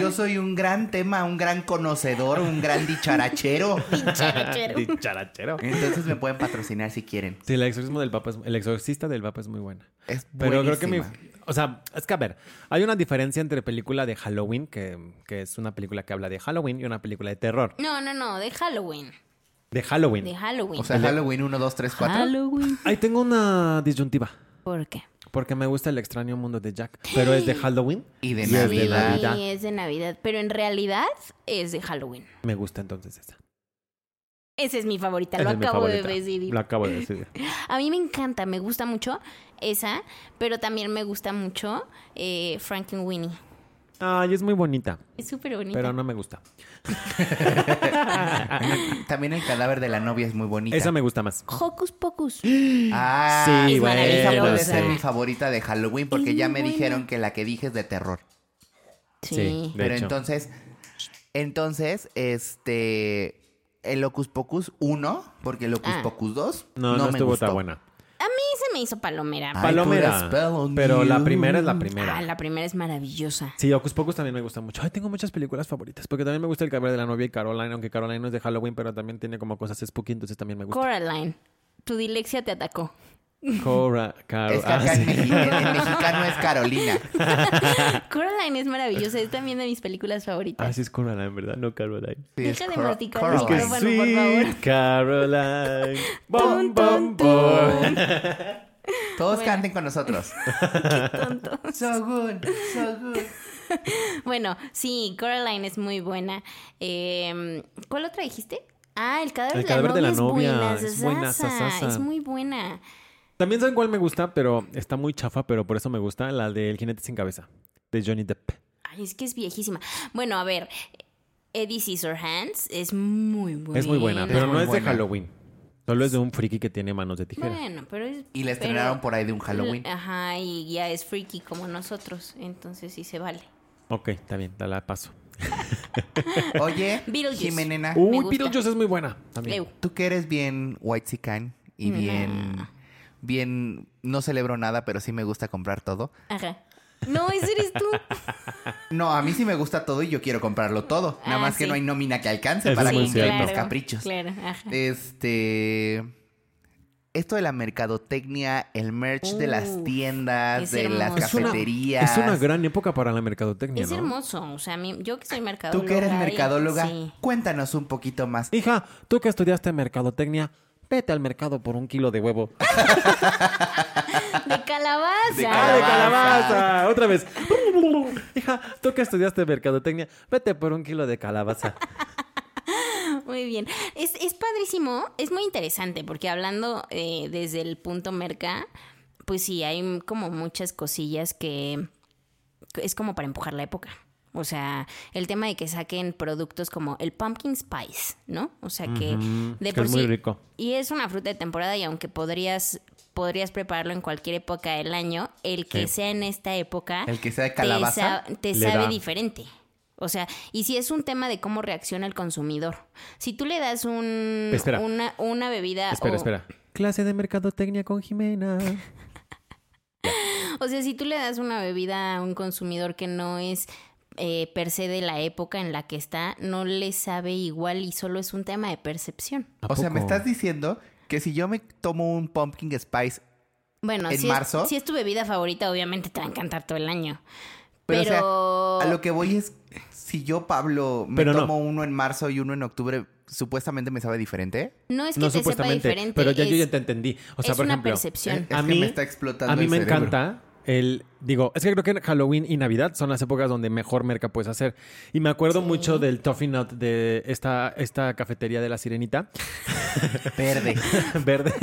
[SPEAKER 3] yo soy un gran tema, un gran conocedor, un gran dicharachero.
[SPEAKER 4] Charachero.
[SPEAKER 2] Dicharachero.
[SPEAKER 3] Entonces me pueden patrocinar si quieren.
[SPEAKER 2] Ah, Sí, el exorcismo del papa es- el exorcista del papa es muy buena.
[SPEAKER 3] Es
[SPEAKER 2] Pero creo que mi.
[SPEAKER 3] buenísima.
[SPEAKER 2] O sea, es que a ver, hay una diferencia entre película de Halloween, que, que es una película que habla de Halloween, y una película de terror.
[SPEAKER 4] No, no, no, de Halloween.
[SPEAKER 2] De Halloween.
[SPEAKER 4] De Halloween.
[SPEAKER 3] O sea, Halloween 1, 2, 3, 4.
[SPEAKER 4] Halloween.
[SPEAKER 2] Ahí tengo una disyuntiva.
[SPEAKER 4] ¿Por qué?
[SPEAKER 2] Porque me gusta el extraño mundo de Jack. Pero
[SPEAKER 4] *gasps*
[SPEAKER 2] es de Halloween.
[SPEAKER 3] Y de
[SPEAKER 2] es
[SPEAKER 3] Navidad.
[SPEAKER 2] Navidad.
[SPEAKER 4] Sí, es de Navidad, pero en realidad es de Halloween.
[SPEAKER 2] Me gusta entonces esa.
[SPEAKER 4] Esa es mi favorita,
[SPEAKER 2] Esa
[SPEAKER 4] lo
[SPEAKER 2] es mi
[SPEAKER 4] acabo de
[SPEAKER 2] favorita.
[SPEAKER 4] decidir.
[SPEAKER 2] Lo acabo de
[SPEAKER 4] *laughs*
[SPEAKER 2] decidir.
[SPEAKER 4] A mí me encanta, me gusta mucho esa, pero también me gusta mucho eh, Frankenweenie.
[SPEAKER 2] Ay, es muy bonita.
[SPEAKER 4] Es súper bonita.
[SPEAKER 2] Pero no me gusta.
[SPEAKER 3] También el cadáver de la novia es muy bonita.
[SPEAKER 2] Esa me gusta más.
[SPEAKER 4] Hocus Pocus.
[SPEAKER 3] Ah,
[SPEAKER 2] Sí,
[SPEAKER 3] esa
[SPEAKER 4] bueno,
[SPEAKER 3] puede
[SPEAKER 4] sí.
[SPEAKER 3] ser mi favorita de Halloween porque
[SPEAKER 4] Es
[SPEAKER 3] ya
[SPEAKER 4] muy
[SPEAKER 3] me
[SPEAKER 4] buena.
[SPEAKER 3] dijeron que la que dije es de terror.
[SPEAKER 4] Sí.
[SPEAKER 2] Sí. De
[SPEAKER 3] Pero
[SPEAKER 2] hecho.
[SPEAKER 3] entonces, entonces, este, el Locus Pocus 1, porque el Locus
[SPEAKER 4] Ah.
[SPEAKER 3] Pocus 2
[SPEAKER 2] No, no,
[SPEAKER 3] me
[SPEAKER 2] estuvo
[SPEAKER 3] gustó.
[SPEAKER 2] tan buena.
[SPEAKER 4] Y se me hizo palomera.
[SPEAKER 3] Ah, I put
[SPEAKER 2] Palomera.
[SPEAKER 3] a spell on
[SPEAKER 2] Pero la
[SPEAKER 3] you.
[SPEAKER 2] primera es la primera.
[SPEAKER 4] Ah, la primera es maravillosa.
[SPEAKER 2] Sí, Ocus Pocus también me gusta mucho. Ay, tengo muchas películas favoritas. Porque también me gusta El Cabrón de la Novia y Caroline, aunque Caroline no es de Halloween, pero también tiene como cosas spooky, entonces también me gusta.
[SPEAKER 4] Coraline, tu dilexia te
[SPEAKER 2] *laughs*
[SPEAKER 4] atacó.
[SPEAKER 2] Cora, Caro-
[SPEAKER 3] Es que
[SPEAKER 2] ah,
[SPEAKER 3] acá en,
[SPEAKER 2] sí.
[SPEAKER 3] Meji- en- en mexicano es
[SPEAKER 2] *laughs*
[SPEAKER 3] Carolina.
[SPEAKER 4] Coraline es maravillosa, es también de mis películas favoritas.
[SPEAKER 2] Ah, sí, es Coraline, ¿verdad? No Caroline.
[SPEAKER 3] Sí,
[SPEAKER 4] Deja
[SPEAKER 3] es
[SPEAKER 4] de
[SPEAKER 3] Cor-
[SPEAKER 4] masticar el
[SPEAKER 2] Es que
[SPEAKER 3] Coraline.
[SPEAKER 4] micrófono. por
[SPEAKER 2] sí,
[SPEAKER 4] favor. *laughs*
[SPEAKER 2] Caroline. Bom,
[SPEAKER 4] Tun,
[SPEAKER 2] bom,
[SPEAKER 4] tun,
[SPEAKER 2] bom.
[SPEAKER 3] Todos
[SPEAKER 4] Bueno.
[SPEAKER 3] canten
[SPEAKER 2] *laughs*
[SPEAKER 3] con nosotros.
[SPEAKER 4] Tonto.
[SPEAKER 3] So good, so good.
[SPEAKER 4] Bueno, sí, Coraline es muy buena. Eh, ¿Cuál otra dijiste? Ah, el cadáver,
[SPEAKER 2] El cadáver
[SPEAKER 4] de la novia. es buena,
[SPEAKER 2] sasasa.
[SPEAKER 4] sasasa. es muy buena.
[SPEAKER 2] *laughs* También saben cuál me gusta, pero está muy chafa, pero por eso me gusta. La del Jinete sin Cabeza, de Johnny Depp.
[SPEAKER 4] Ay, es que es viejísima. Bueno, a ver, Eddie Scissorhands es muy buena.
[SPEAKER 2] Es muy buena, pero
[SPEAKER 3] muy
[SPEAKER 2] no es de
[SPEAKER 3] buena.
[SPEAKER 2] Halloween. Solo es de un friki que tiene manos de tijera.
[SPEAKER 4] Bueno, pero es...
[SPEAKER 3] Y la
[SPEAKER 4] pero-
[SPEAKER 3] estrenaron por ahí de un Halloween.
[SPEAKER 2] ah.
[SPEAKER 4] Ajá, y ya es freaky como nosotros, entonces sí se vale.
[SPEAKER 2] Ok, está bien, te la paso.
[SPEAKER 3] Oye,
[SPEAKER 4] Beetlejuice.
[SPEAKER 3] Jimenena,
[SPEAKER 4] Ah, Me
[SPEAKER 2] Uy,
[SPEAKER 4] gusta.
[SPEAKER 2] Beetlejuice es muy buena también.
[SPEAKER 4] Leu.
[SPEAKER 3] tú que eres bien white y bien, bien, no celebro nada, pero sí me gusta comprar todo.
[SPEAKER 4] Ajá. No, ese
[SPEAKER 3] *laughs*
[SPEAKER 4] eres tú.
[SPEAKER 3] No, a mí sí me gusta todo y yo quiero comprarlo todo. Nada
[SPEAKER 4] Ah,
[SPEAKER 3] más que
[SPEAKER 4] sí.
[SPEAKER 3] no hay nómina que alcance
[SPEAKER 2] Eso
[SPEAKER 3] para
[SPEAKER 2] es muy
[SPEAKER 3] cumplir
[SPEAKER 2] cierto.
[SPEAKER 3] mis caprichos.
[SPEAKER 4] Claro, ajá.
[SPEAKER 3] Este. Esto de la mercadotecnia, el merch de las
[SPEAKER 4] Uf,
[SPEAKER 3] tiendas,
[SPEAKER 4] es
[SPEAKER 3] de las
[SPEAKER 4] hermoso.
[SPEAKER 2] Es una-
[SPEAKER 3] cafeterías.
[SPEAKER 2] Es una gran época para la mercadotecnia,
[SPEAKER 4] Es
[SPEAKER 2] ¿no?
[SPEAKER 4] hermoso, o sea, a mí- yo que soy mercadóloga.
[SPEAKER 3] Tú que eres
[SPEAKER 4] y-
[SPEAKER 3] mercadóloga,
[SPEAKER 4] sí.
[SPEAKER 3] cuéntanos un poquito más.
[SPEAKER 2] Hija, tú que estudiaste mercadotecnia, vete al mercado por un kilo de huevo.
[SPEAKER 4] De calabaza.
[SPEAKER 3] De
[SPEAKER 2] ¡Ah, de
[SPEAKER 3] Calabaza.
[SPEAKER 2] calabaza! Otra *laughs* vez.
[SPEAKER 4] *laughs*
[SPEAKER 2] Hija, tú que estudiaste mercadotecnia, vete por un kilo de calabaza.
[SPEAKER 4] *laughs* Muy bien. Es, es padrísimo, es muy interesante, porque hablando eh, desde el punto merca, pues sí, hay como muchas cosillas que es como para empujar la época. O sea, el tema de que saquen productos como el pumpkin spice, ¿no? O sea, que
[SPEAKER 2] Ujú,
[SPEAKER 4] de
[SPEAKER 2] que
[SPEAKER 4] por
[SPEAKER 2] es muy
[SPEAKER 4] sí-
[SPEAKER 2] rico.
[SPEAKER 4] Y es una fruta de temporada y aunque podrías podrías prepararlo en cualquier época del año, el que
[SPEAKER 2] Sí.
[SPEAKER 4] sea en esta época
[SPEAKER 3] El que sea de
[SPEAKER 4] te
[SPEAKER 3] calabaza,
[SPEAKER 4] sa- te,
[SPEAKER 2] le
[SPEAKER 4] sabe
[SPEAKER 2] da.
[SPEAKER 4] diferente. O sea, y si es un tema de cómo reacciona el consumidor. Si tú le das un
[SPEAKER 2] Espera.
[SPEAKER 4] una una bebida
[SPEAKER 2] Espera,
[SPEAKER 4] o-
[SPEAKER 2] espera. Clase de mercadotecnia con Jimena.
[SPEAKER 4] O sea, si tú le das una bebida a un consumidor que no es eh, per se de la época en la que está, no le sabe igual y solo es un tema de percepción.
[SPEAKER 2] ¿A
[SPEAKER 3] O sea, me
[SPEAKER 2] poco?
[SPEAKER 3] estás diciendo que si yo me tomo un pumpkin spice,
[SPEAKER 4] Bueno,
[SPEAKER 3] ¿En
[SPEAKER 4] si,
[SPEAKER 3] marzo?
[SPEAKER 4] Es, si es tu bebida favorita, obviamente te va a encantar todo el año.
[SPEAKER 3] Pero,
[SPEAKER 4] Pero,
[SPEAKER 3] o sea, a lo que voy es, si yo, Pablo, me
[SPEAKER 2] Pero no.
[SPEAKER 3] tomo uno en marzo y uno en octubre, supuestamente me sabe diferente.
[SPEAKER 4] no es que
[SPEAKER 2] No
[SPEAKER 4] te sepa
[SPEAKER 2] supuestamente,
[SPEAKER 4] diferente.
[SPEAKER 2] pero ya yo
[SPEAKER 4] es-
[SPEAKER 2] ya te entendí. O sea,
[SPEAKER 4] es
[SPEAKER 2] por
[SPEAKER 4] una
[SPEAKER 2] ejemplo,
[SPEAKER 4] percepción.
[SPEAKER 2] a
[SPEAKER 3] Es que
[SPEAKER 2] mí
[SPEAKER 3] me está explotando
[SPEAKER 2] A mí
[SPEAKER 3] el
[SPEAKER 2] me
[SPEAKER 3] cerebro.
[SPEAKER 2] encanta el, digo, es que creo que Halloween y Navidad son las épocas donde mejor merca puedes hacer. Y me acuerdo
[SPEAKER 4] Sí.
[SPEAKER 2] mucho del Toffee Nut de esta, esta cafetería de la Sirenita
[SPEAKER 3] Verde.
[SPEAKER 2] *laughs* verde,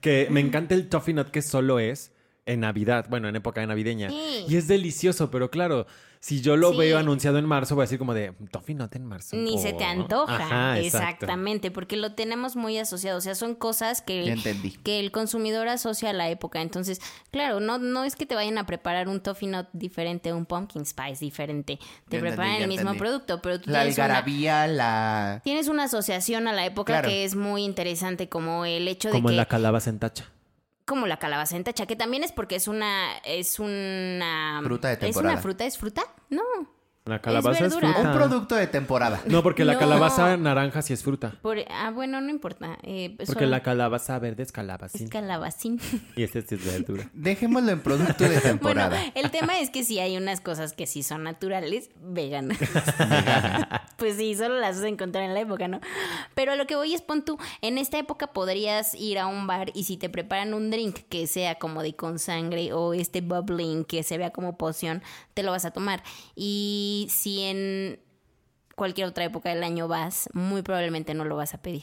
[SPEAKER 2] que me encanta el Toffee Nut que solo es en Navidad, bueno, en época navideña.
[SPEAKER 4] Sí.
[SPEAKER 2] Y es delicioso, pero claro, si yo lo
[SPEAKER 4] Sí.
[SPEAKER 2] veo anunciado en marzo, voy a decir como de Toffee Nut en marzo.
[SPEAKER 4] Ni se
[SPEAKER 2] por-".
[SPEAKER 4] te antoja.
[SPEAKER 2] Ajá, exacto.
[SPEAKER 4] Exactamente, porque lo tenemos muy asociado. O sea, son cosas
[SPEAKER 3] Ya
[SPEAKER 4] que,
[SPEAKER 3] entendí.
[SPEAKER 4] que el consumidor asocia a la época. Entonces, claro, no, no es que te vayan a preparar un toffee nut diferente, un pumpkin spice diferente. Te
[SPEAKER 3] Ya
[SPEAKER 4] preparan
[SPEAKER 3] entendí, ya
[SPEAKER 4] el mismo
[SPEAKER 3] entendí.
[SPEAKER 4] producto, pero tú
[SPEAKER 3] La
[SPEAKER 4] tienes una-
[SPEAKER 3] algarabía, la...
[SPEAKER 4] Tienes una asociación a la época
[SPEAKER 3] Claro.
[SPEAKER 4] que es muy interesante, como el hecho
[SPEAKER 2] Como
[SPEAKER 4] de
[SPEAKER 2] en
[SPEAKER 4] que
[SPEAKER 2] la calabaza en tacha.
[SPEAKER 4] como la calabaza en tacha, que también es porque es una es una
[SPEAKER 3] Fruta de
[SPEAKER 4] ¿Es
[SPEAKER 3] temporada.
[SPEAKER 4] una fruta? ¿Es fruta? No.
[SPEAKER 2] La calabaza es,
[SPEAKER 4] verdura.
[SPEAKER 2] fruta.
[SPEAKER 3] Un producto de temporada.
[SPEAKER 2] No, porque la
[SPEAKER 4] No.
[SPEAKER 2] calabaza naranja sí es fruta.
[SPEAKER 4] Por- ah, bueno, no importa. Eh,
[SPEAKER 2] Porque
[SPEAKER 4] solo-
[SPEAKER 2] la calabaza verde es
[SPEAKER 4] es
[SPEAKER 2] calabacín.
[SPEAKER 4] calabacín. *laughs*
[SPEAKER 2] y esta sí es verdura.
[SPEAKER 3] Dejémoslo en producto de
[SPEAKER 4] bueno,
[SPEAKER 3] temporada.
[SPEAKER 4] el tema es que sí hay unas cosas que sí son naturales, veganas. *laughs* pues sí, solo las vas a encontrar en la época, ¿no? Pero a lo que voy es, pon tú, en esta época podrías ir a un bar y si te preparan un drink que sea como de con sangre o este bubbling que se vea como poción, te lo vas a tomar. Y si en cualquier otra época del año vas, muy probablemente no lo vas a pedir.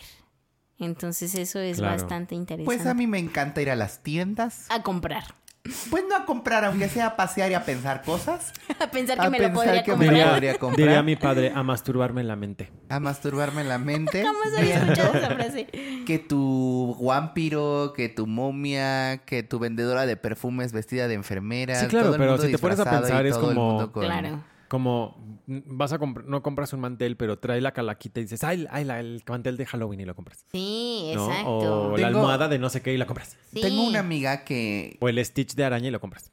[SPEAKER 4] Entonces eso es
[SPEAKER 2] Claro.
[SPEAKER 4] bastante interesante.
[SPEAKER 3] Pues a mí me encanta ir a las tiendas.
[SPEAKER 4] A comprar. *laughs*
[SPEAKER 3] Pues no a comprar, aunque sea a pasear y a pensar cosas.
[SPEAKER 4] A pensar que
[SPEAKER 3] A
[SPEAKER 4] me lo
[SPEAKER 3] pensar
[SPEAKER 4] podría
[SPEAKER 3] que me
[SPEAKER 4] comprar.
[SPEAKER 3] lo
[SPEAKER 2] Diría,
[SPEAKER 3] podría comprar.
[SPEAKER 2] diría mi padre, a masturbarme en la mente.
[SPEAKER 3] A masturbarme la mente.
[SPEAKER 4] *laughs* Jamás había escuchado esa frase.
[SPEAKER 3] Que tu vampiro, que tu momia, que tu vendedora de perfumes vestida de enfermera.
[SPEAKER 2] Sí, claro,
[SPEAKER 3] todo el
[SPEAKER 2] pero
[SPEAKER 3] mundo
[SPEAKER 2] si te pones a
[SPEAKER 3] disfrazado y
[SPEAKER 2] pensar, es
[SPEAKER 3] todo el
[SPEAKER 2] como-
[SPEAKER 3] mundo *laughs* con-
[SPEAKER 4] Claro.
[SPEAKER 2] Como mm, vas a comprar, no compras un mantel, pero trae la calaquita y dices, ay, ay, la- el mantel de Halloween y lo compras.
[SPEAKER 4] Sí,
[SPEAKER 2] ¿no?
[SPEAKER 4] exacto.
[SPEAKER 2] O la
[SPEAKER 3] Tengo-
[SPEAKER 2] almohada de no sé qué y la compras.
[SPEAKER 4] Sí.
[SPEAKER 3] Tengo una amiga que,
[SPEAKER 2] O el Stitch de araña y lo compras.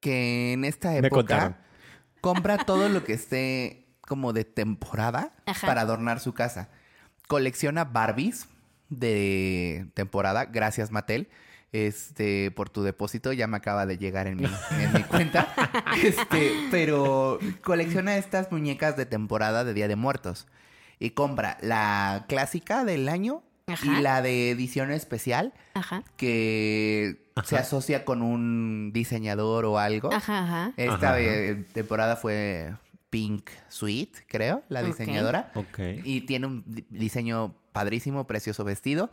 [SPEAKER 3] que en esta
[SPEAKER 2] Me contaron.
[SPEAKER 3] época compra todo lo que esté como de temporada
[SPEAKER 4] Ajá.
[SPEAKER 3] para adornar su casa. Colecciona Barbies de temporada. Gracias, Mattel. Este, por tu depósito, ya me acaba de llegar en mi, en mi cuenta.
[SPEAKER 4] *laughs*
[SPEAKER 3] Este, pero colecciona estas muñecas de temporada de Día de Muertos. Y compra la clásica del año
[SPEAKER 4] Ajá.
[SPEAKER 3] y la de edición especial
[SPEAKER 4] Ajá.
[SPEAKER 3] que se asocia con un diseñador o algo.
[SPEAKER 4] Ajá, ajá.
[SPEAKER 3] Esta
[SPEAKER 2] Ajá, ajá.
[SPEAKER 3] eh, temporada fue Pink Sweet, creo, la
[SPEAKER 4] Ok.
[SPEAKER 3] diseñadora.
[SPEAKER 2] Ok.
[SPEAKER 3] Y tiene un di- diseño padrísimo, precioso vestido.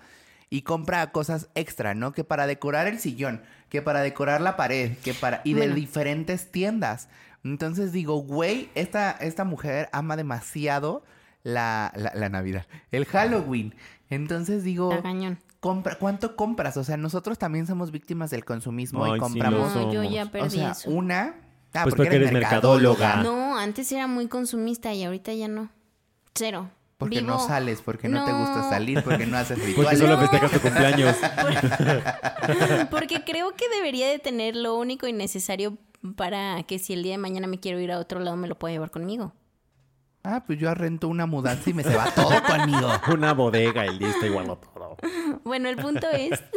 [SPEAKER 3] Y compra cosas extra, ¿no? Que para decorar el sillón, que para decorar la pared, que para... Y de
[SPEAKER 4] Bueno.
[SPEAKER 3] diferentes tiendas. Entonces digo, güey, esta, esta mujer ama demasiado la, la, la Navidad, el Halloween. Entonces digo,
[SPEAKER 4] Está cañón.
[SPEAKER 3] compra, ¿cuánto compras? O sea, nosotros también somos víctimas del consumismo
[SPEAKER 2] Ay,
[SPEAKER 3] y
[SPEAKER 2] sí,
[SPEAKER 3] compramos.
[SPEAKER 2] no
[SPEAKER 4] No, yo
[SPEAKER 2] somos.
[SPEAKER 4] ya perdí
[SPEAKER 3] o sea,
[SPEAKER 4] eso.
[SPEAKER 3] una. Ah,
[SPEAKER 2] Pues
[SPEAKER 3] porque, eres mercadóloga.
[SPEAKER 2] mercadóloga.
[SPEAKER 4] No, antes era muy consumista y ahorita ya no. Cero.
[SPEAKER 3] Porque
[SPEAKER 4] Vivo-
[SPEAKER 3] no sales, porque no, te gusta
[SPEAKER 4] No.
[SPEAKER 3] salir, porque no
[SPEAKER 2] *laughs*
[SPEAKER 3] haces
[SPEAKER 2] Porque
[SPEAKER 3] rituales.
[SPEAKER 2] solo
[SPEAKER 4] No.
[SPEAKER 2] festejas tu *laughs* cumpleaños.
[SPEAKER 3] *laughs*
[SPEAKER 4] Porque creo que debería de tener lo único y necesario para que si el día de mañana me quiero ir a otro lado me lo pueda llevar conmigo.
[SPEAKER 3] Ah, pues yo arrendo una mudanza y me se va todo conmigo.
[SPEAKER 2] Una bodega y listo, igual no todo.
[SPEAKER 4] Bueno, el punto es...
[SPEAKER 3] *laughs*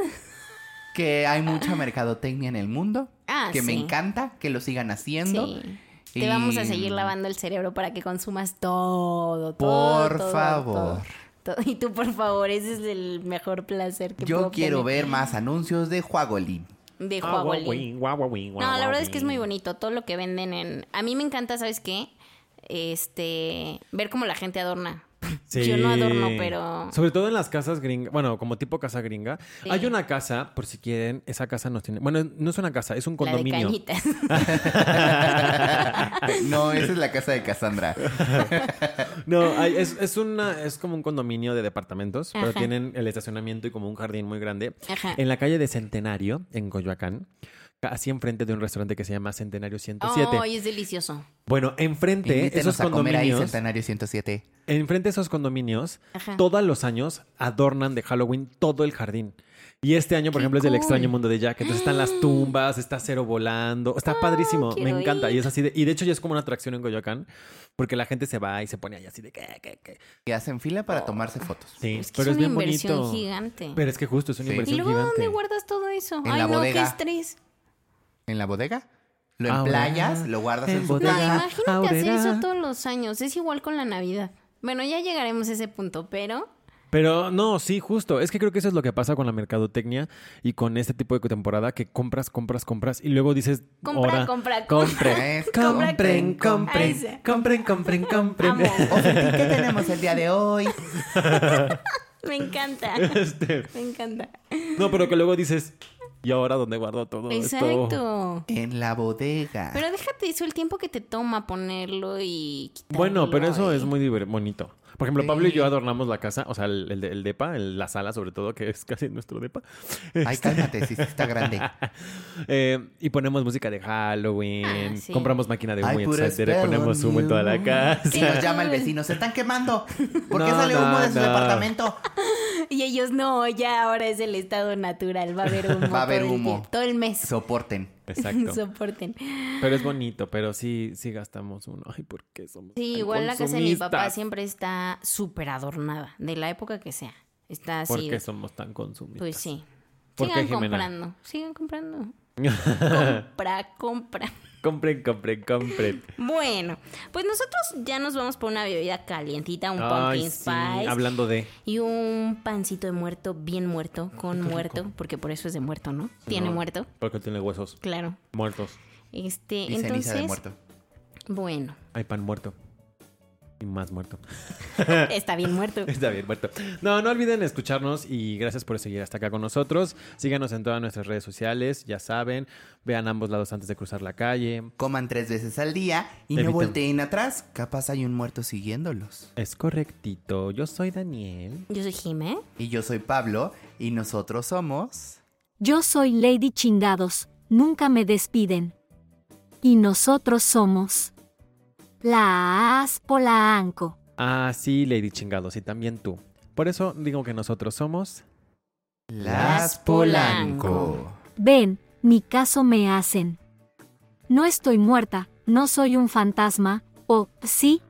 [SPEAKER 3] Que hay mucha mercadotecnia en el mundo.
[SPEAKER 4] Ah,
[SPEAKER 3] que me
[SPEAKER 4] sí.
[SPEAKER 3] encanta que lo sigan haciendo.
[SPEAKER 4] Sí.
[SPEAKER 3] Y-
[SPEAKER 4] Te vamos a seguir lavando el cerebro para que consumas todo, todo.
[SPEAKER 3] Por
[SPEAKER 4] todo,
[SPEAKER 3] favor.
[SPEAKER 4] todo, *laughs* todo. Y tú, por favor, ese es el mejor placer que
[SPEAKER 3] Yo
[SPEAKER 4] puedo
[SPEAKER 3] quiero
[SPEAKER 4] tener.
[SPEAKER 3] ver más anuncios de
[SPEAKER 4] *laughs*
[SPEAKER 3] Juagolín.
[SPEAKER 4] De
[SPEAKER 2] Guau, guau,
[SPEAKER 4] Huagolín.
[SPEAKER 2] guau, guau, guau,
[SPEAKER 4] No, la
[SPEAKER 2] guau,
[SPEAKER 4] verdad es que es muy
[SPEAKER 2] guau.
[SPEAKER 4] bonito todo lo que venden en... A mí me encanta, ¿sabes qué? Este, ver cómo la gente adorna. Yo no adorno, pero-
[SPEAKER 2] Sobre todo en las casas gringas, bueno, como tipo casa gringa.
[SPEAKER 4] Sí.
[SPEAKER 2] Hay una casa, por si quieren, esa casa nos tiene... Bueno, no es una casa, es un
[SPEAKER 4] La de
[SPEAKER 2] condominio. *laughs*
[SPEAKER 4] cañitas.
[SPEAKER 3] No, esa es la casa de Cassandra.
[SPEAKER 2] No, hay- es, es una, es como un condominio de departamentos, pero
[SPEAKER 4] Ajá.
[SPEAKER 2] tienen el estacionamiento y como un jardín muy grande.
[SPEAKER 4] Ajá.
[SPEAKER 2] En la calle de Centenario, en Coyoacán, casi enfrente de un restaurante que se llama Centenario 107.
[SPEAKER 4] Oh, y es delicioso.
[SPEAKER 2] Bueno, enfrente
[SPEAKER 3] Invítenos
[SPEAKER 2] esos
[SPEAKER 3] a comer ahí,
[SPEAKER 2] condominios,
[SPEAKER 3] Centenario 107.
[SPEAKER 2] enfrente de esos condominios,
[SPEAKER 4] Ajá.
[SPEAKER 2] todos los años adornan de Halloween todo el jardín. Y este año, por
[SPEAKER 4] ¡Qué
[SPEAKER 2] ejemplo, es del
[SPEAKER 4] cool!
[SPEAKER 2] extraño mundo de Jack. Entonces
[SPEAKER 4] *gasps*
[SPEAKER 2] están las tumbas, está cero volando. Está padrísimo. Me
[SPEAKER 4] Ah, quiero
[SPEAKER 2] encanta.
[SPEAKER 4] ir.
[SPEAKER 2] Y es así de. Y de hecho ya es como una atracción en Coyoacán. Porque la gente se va y se pone ahí así de. "¿Qué, qué, qué?".
[SPEAKER 3] Y hacen fila para tomarse fotos.
[SPEAKER 2] Sí,
[SPEAKER 4] Es que
[SPEAKER 2] pero
[SPEAKER 4] es
[SPEAKER 2] es
[SPEAKER 4] una
[SPEAKER 2] bien
[SPEAKER 4] inversión
[SPEAKER 2] bonito.
[SPEAKER 4] gigante.
[SPEAKER 2] Pero es que justo es una
[SPEAKER 3] Sí.
[SPEAKER 4] ¿Y
[SPEAKER 2] inversión
[SPEAKER 4] luego dónde
[SPEAKER 2] gigante.
[SPEAKER 4] guardas todo eso?
[SPEAKER 3] En
[SPEAKER 4] Ay,
[SPEAKER 3] la
[SPEAKER 4] no, qué
[SPEAKER 3] bodega.
[SPEAKER 4] estrés.
[SPEAKER 3] ¿En la bodega? Lo
[SPEAKER 2] Ahora,
[SPEAKER 3] emplayas, lo guardas en,
[SPEAKER 2] Ah, en
[SPEAKER 3] su
[SPEAKER 4] No,
[SPEAKER 2] bodega.
[SPEAKER 3] caja.
[SPEAKER 4] imagínate hacer
[SPEAKER 2] Aurera.
[SPEAKER 4] eso todos los años. Es igual con la Navidad. Bueno, ya llegaremos a ese punto, pero
[SPEAKER 2] Pero no, sí, justo. Es que creo que eso es lo que pasa con la mercadotecnia y con este tipo de temporada que compras, compras, compras y luego dices.
[SPEAKER 4] Compra,
[SPEAKER 2] "Ahora,
[SPEAKER 4] compra,
[SPEAKER 2] compre,
[SPEAKER 3] Es
[SPEAKER 2] compren,
[SPEAKER 3] compra,
[SPEAKER 2] compren,
[SPEAKER 4] compra.
[SPEAKER 2] compren, compren, compren.
[SPEAKER 4] amo.
[SPEAKER 2] *laughs*
[SPEAKER 3] Ofertín, ¿Qué tenemos el día de hoy?
[SPEAKER 4] Me encanta.
[SPEAKER 2] Este,
[SPEAKER 4] Me encanta.
[SPEAKER 2] no, pero que luego dices, ¿y ahora dónde guardo todo esto?
[SPEAKER 4] Exacto.
[SPEAKER 3] En la bodega.
[SPEAKER 4] Pero déjate eso el tiempo que te toma ponerlo y quitarlo.
[SPEAKER 2] Bueno, pero eso
[SPEAKER 4] y-
[SPEAKER 2] es muy diver- bonito. Por ejemplo, Pablo y
[SPEAKER 3] Sí.
[SPEAKER 2] yo adornamos la casa, o sea, el, el, el depa, el- la sala sobre todo, que es casi nuestro depa.
[SPEAKER 3] Ay, cálmate, si está grande.
[SPEAKER 2] Eh, y ponemos música de Halloween,
[SPEAKER 4] Ah, sí.
[SPEAKER 2] compramos máquina de humo,
[SPEAKER 3] Ay, puro
[SPEAKER 2] etcétera,
[SPEAKER 3] spell
[SPEAKER 2] ponemos
[SPEAKER 3] on
[SPEAKER 2] humo en toda la
[SPEAKER 3] you.
[SPEAKER 2] casa.
[SPEAKER 3] Si nos llama el vecino, se están quemando. ¿Por qué
[SPEAKER 2] No,
[SPEAKER 3] sale humo
[SPEAKER 2] no,
[SPEAKER 3] de su
[SPEAKER 2] no.
[SPEAKER 3] departamento?
[SPEAKER 4] Y ellos no, ya ahora es el estado natural. Va a
[SPEAKER 2] *laughs*
[SPEAKER 4] haber humo.
[SPEAKER 3] Va a haber
[SPEAKER 4] todo el
[SPEAKER 3] humo.
[SPEAKER 4] tiempo, todo el mes.
[SPEAKER 3] Soporten.
[SPEAKER 4] *laughs*
[SPEAKER 2] Exacto.
[SPEAKER 4] Soporten.
[SPEAKER 2] Pero es bonito, pero sí, sí gastamos uno. Ay, ¿por qué somos
[SPEAKER 4] Sí,
[SPEAKER 2] tan
[SPEAKER 4] igual la casa de mi papá
[SPEAKER 2] consumistas?
[SPEAKER 4] siempre está súper adornada, de la época que sea. Está
[SPEAKER 2] ¿Por
[SPEAKER 4] así.
[SPEAKER 2] qué somos tan consumistas?
[SPEAKER 4] Pues sí.
[SPEAKER 2] ¿Por
[SPEAKER 4] sigan
[SPEAKER 2] qué, Jimena?
[SPEAKER 4] comprando, sigan comprando.
[SPEAKER 2] *laughs*
[SPEAKER 4] compra, compra.
[SPEAKER 2] Compren, compren, compren.
[SPEAKER 4] Bueno, pues nosotros ya nos vamos por una bebida calientita, *laughs* un
[SPEAKER 2] Ay,
[SPEAKER 4] pumpkin
[SPEAKER 2] sí,
[SPEAKER 4] spice
[SPEAKER 2] hablando de...
[SPEAKER 4] y un pancito de muerto, bien muerto, con muerto, porque por eso es de muerto, ¿no? Tiene
[SPEAKER 2] No,
[SPEAKER 4] muerto,
[SPEAKER 2] Porque tiene huesos
[SPEAKER 4] claro.
[SPEAKER 2] muertos.
[SPEAKER 4] Este,
[SPEAKER 3] Y ceniza de
[SPEAKER 4] entonces,
[SPEAKER 3] muerto.
[SPEAKER 4] bueno,
[SPEAKER 2] Hay pan muerto. Y más muerto. *laughs*
[SPEAKER 4] está bien muerto.
[SPEAKER 2] Está bien, muerto. No, no olviden escucharnos y gracias por seguir hasta acá con nosotros. Síganos en todas nuestras redes sociales, ya saben. Vean ambos lados antes de cruzar la calle.
[SPEAKER 3] Coman tres veces al día y
[SPEAKER 2] Eviten.
[SPEAKER 3] no volteen atrás. Capaz hay un muerto siguiéndolos.
[SPEAKER 2] Es correctito. Yo soy Daniel.
[SPEAKER 4] Yo soy Jimé.
[SPEAKER 3] Y yo soy Pablo y nosotros somos...
[SPEAKER 1] Yo soy Lady Chingados, nunca me despiden. Y nosotros somos. Las Polanco.
[SPEAKER 2] Ah, sí, Lady Chingados, y también tú. Por eso digo que nosotros somos...
[SPEAKER 3] Las
[SPEAKER 4] Polanco.
[SPEAKER 3] Polanco.
[SPEAKER 1] Ven, ni caso me hacen. No estoy muerta, no soy un fantasma, o sí,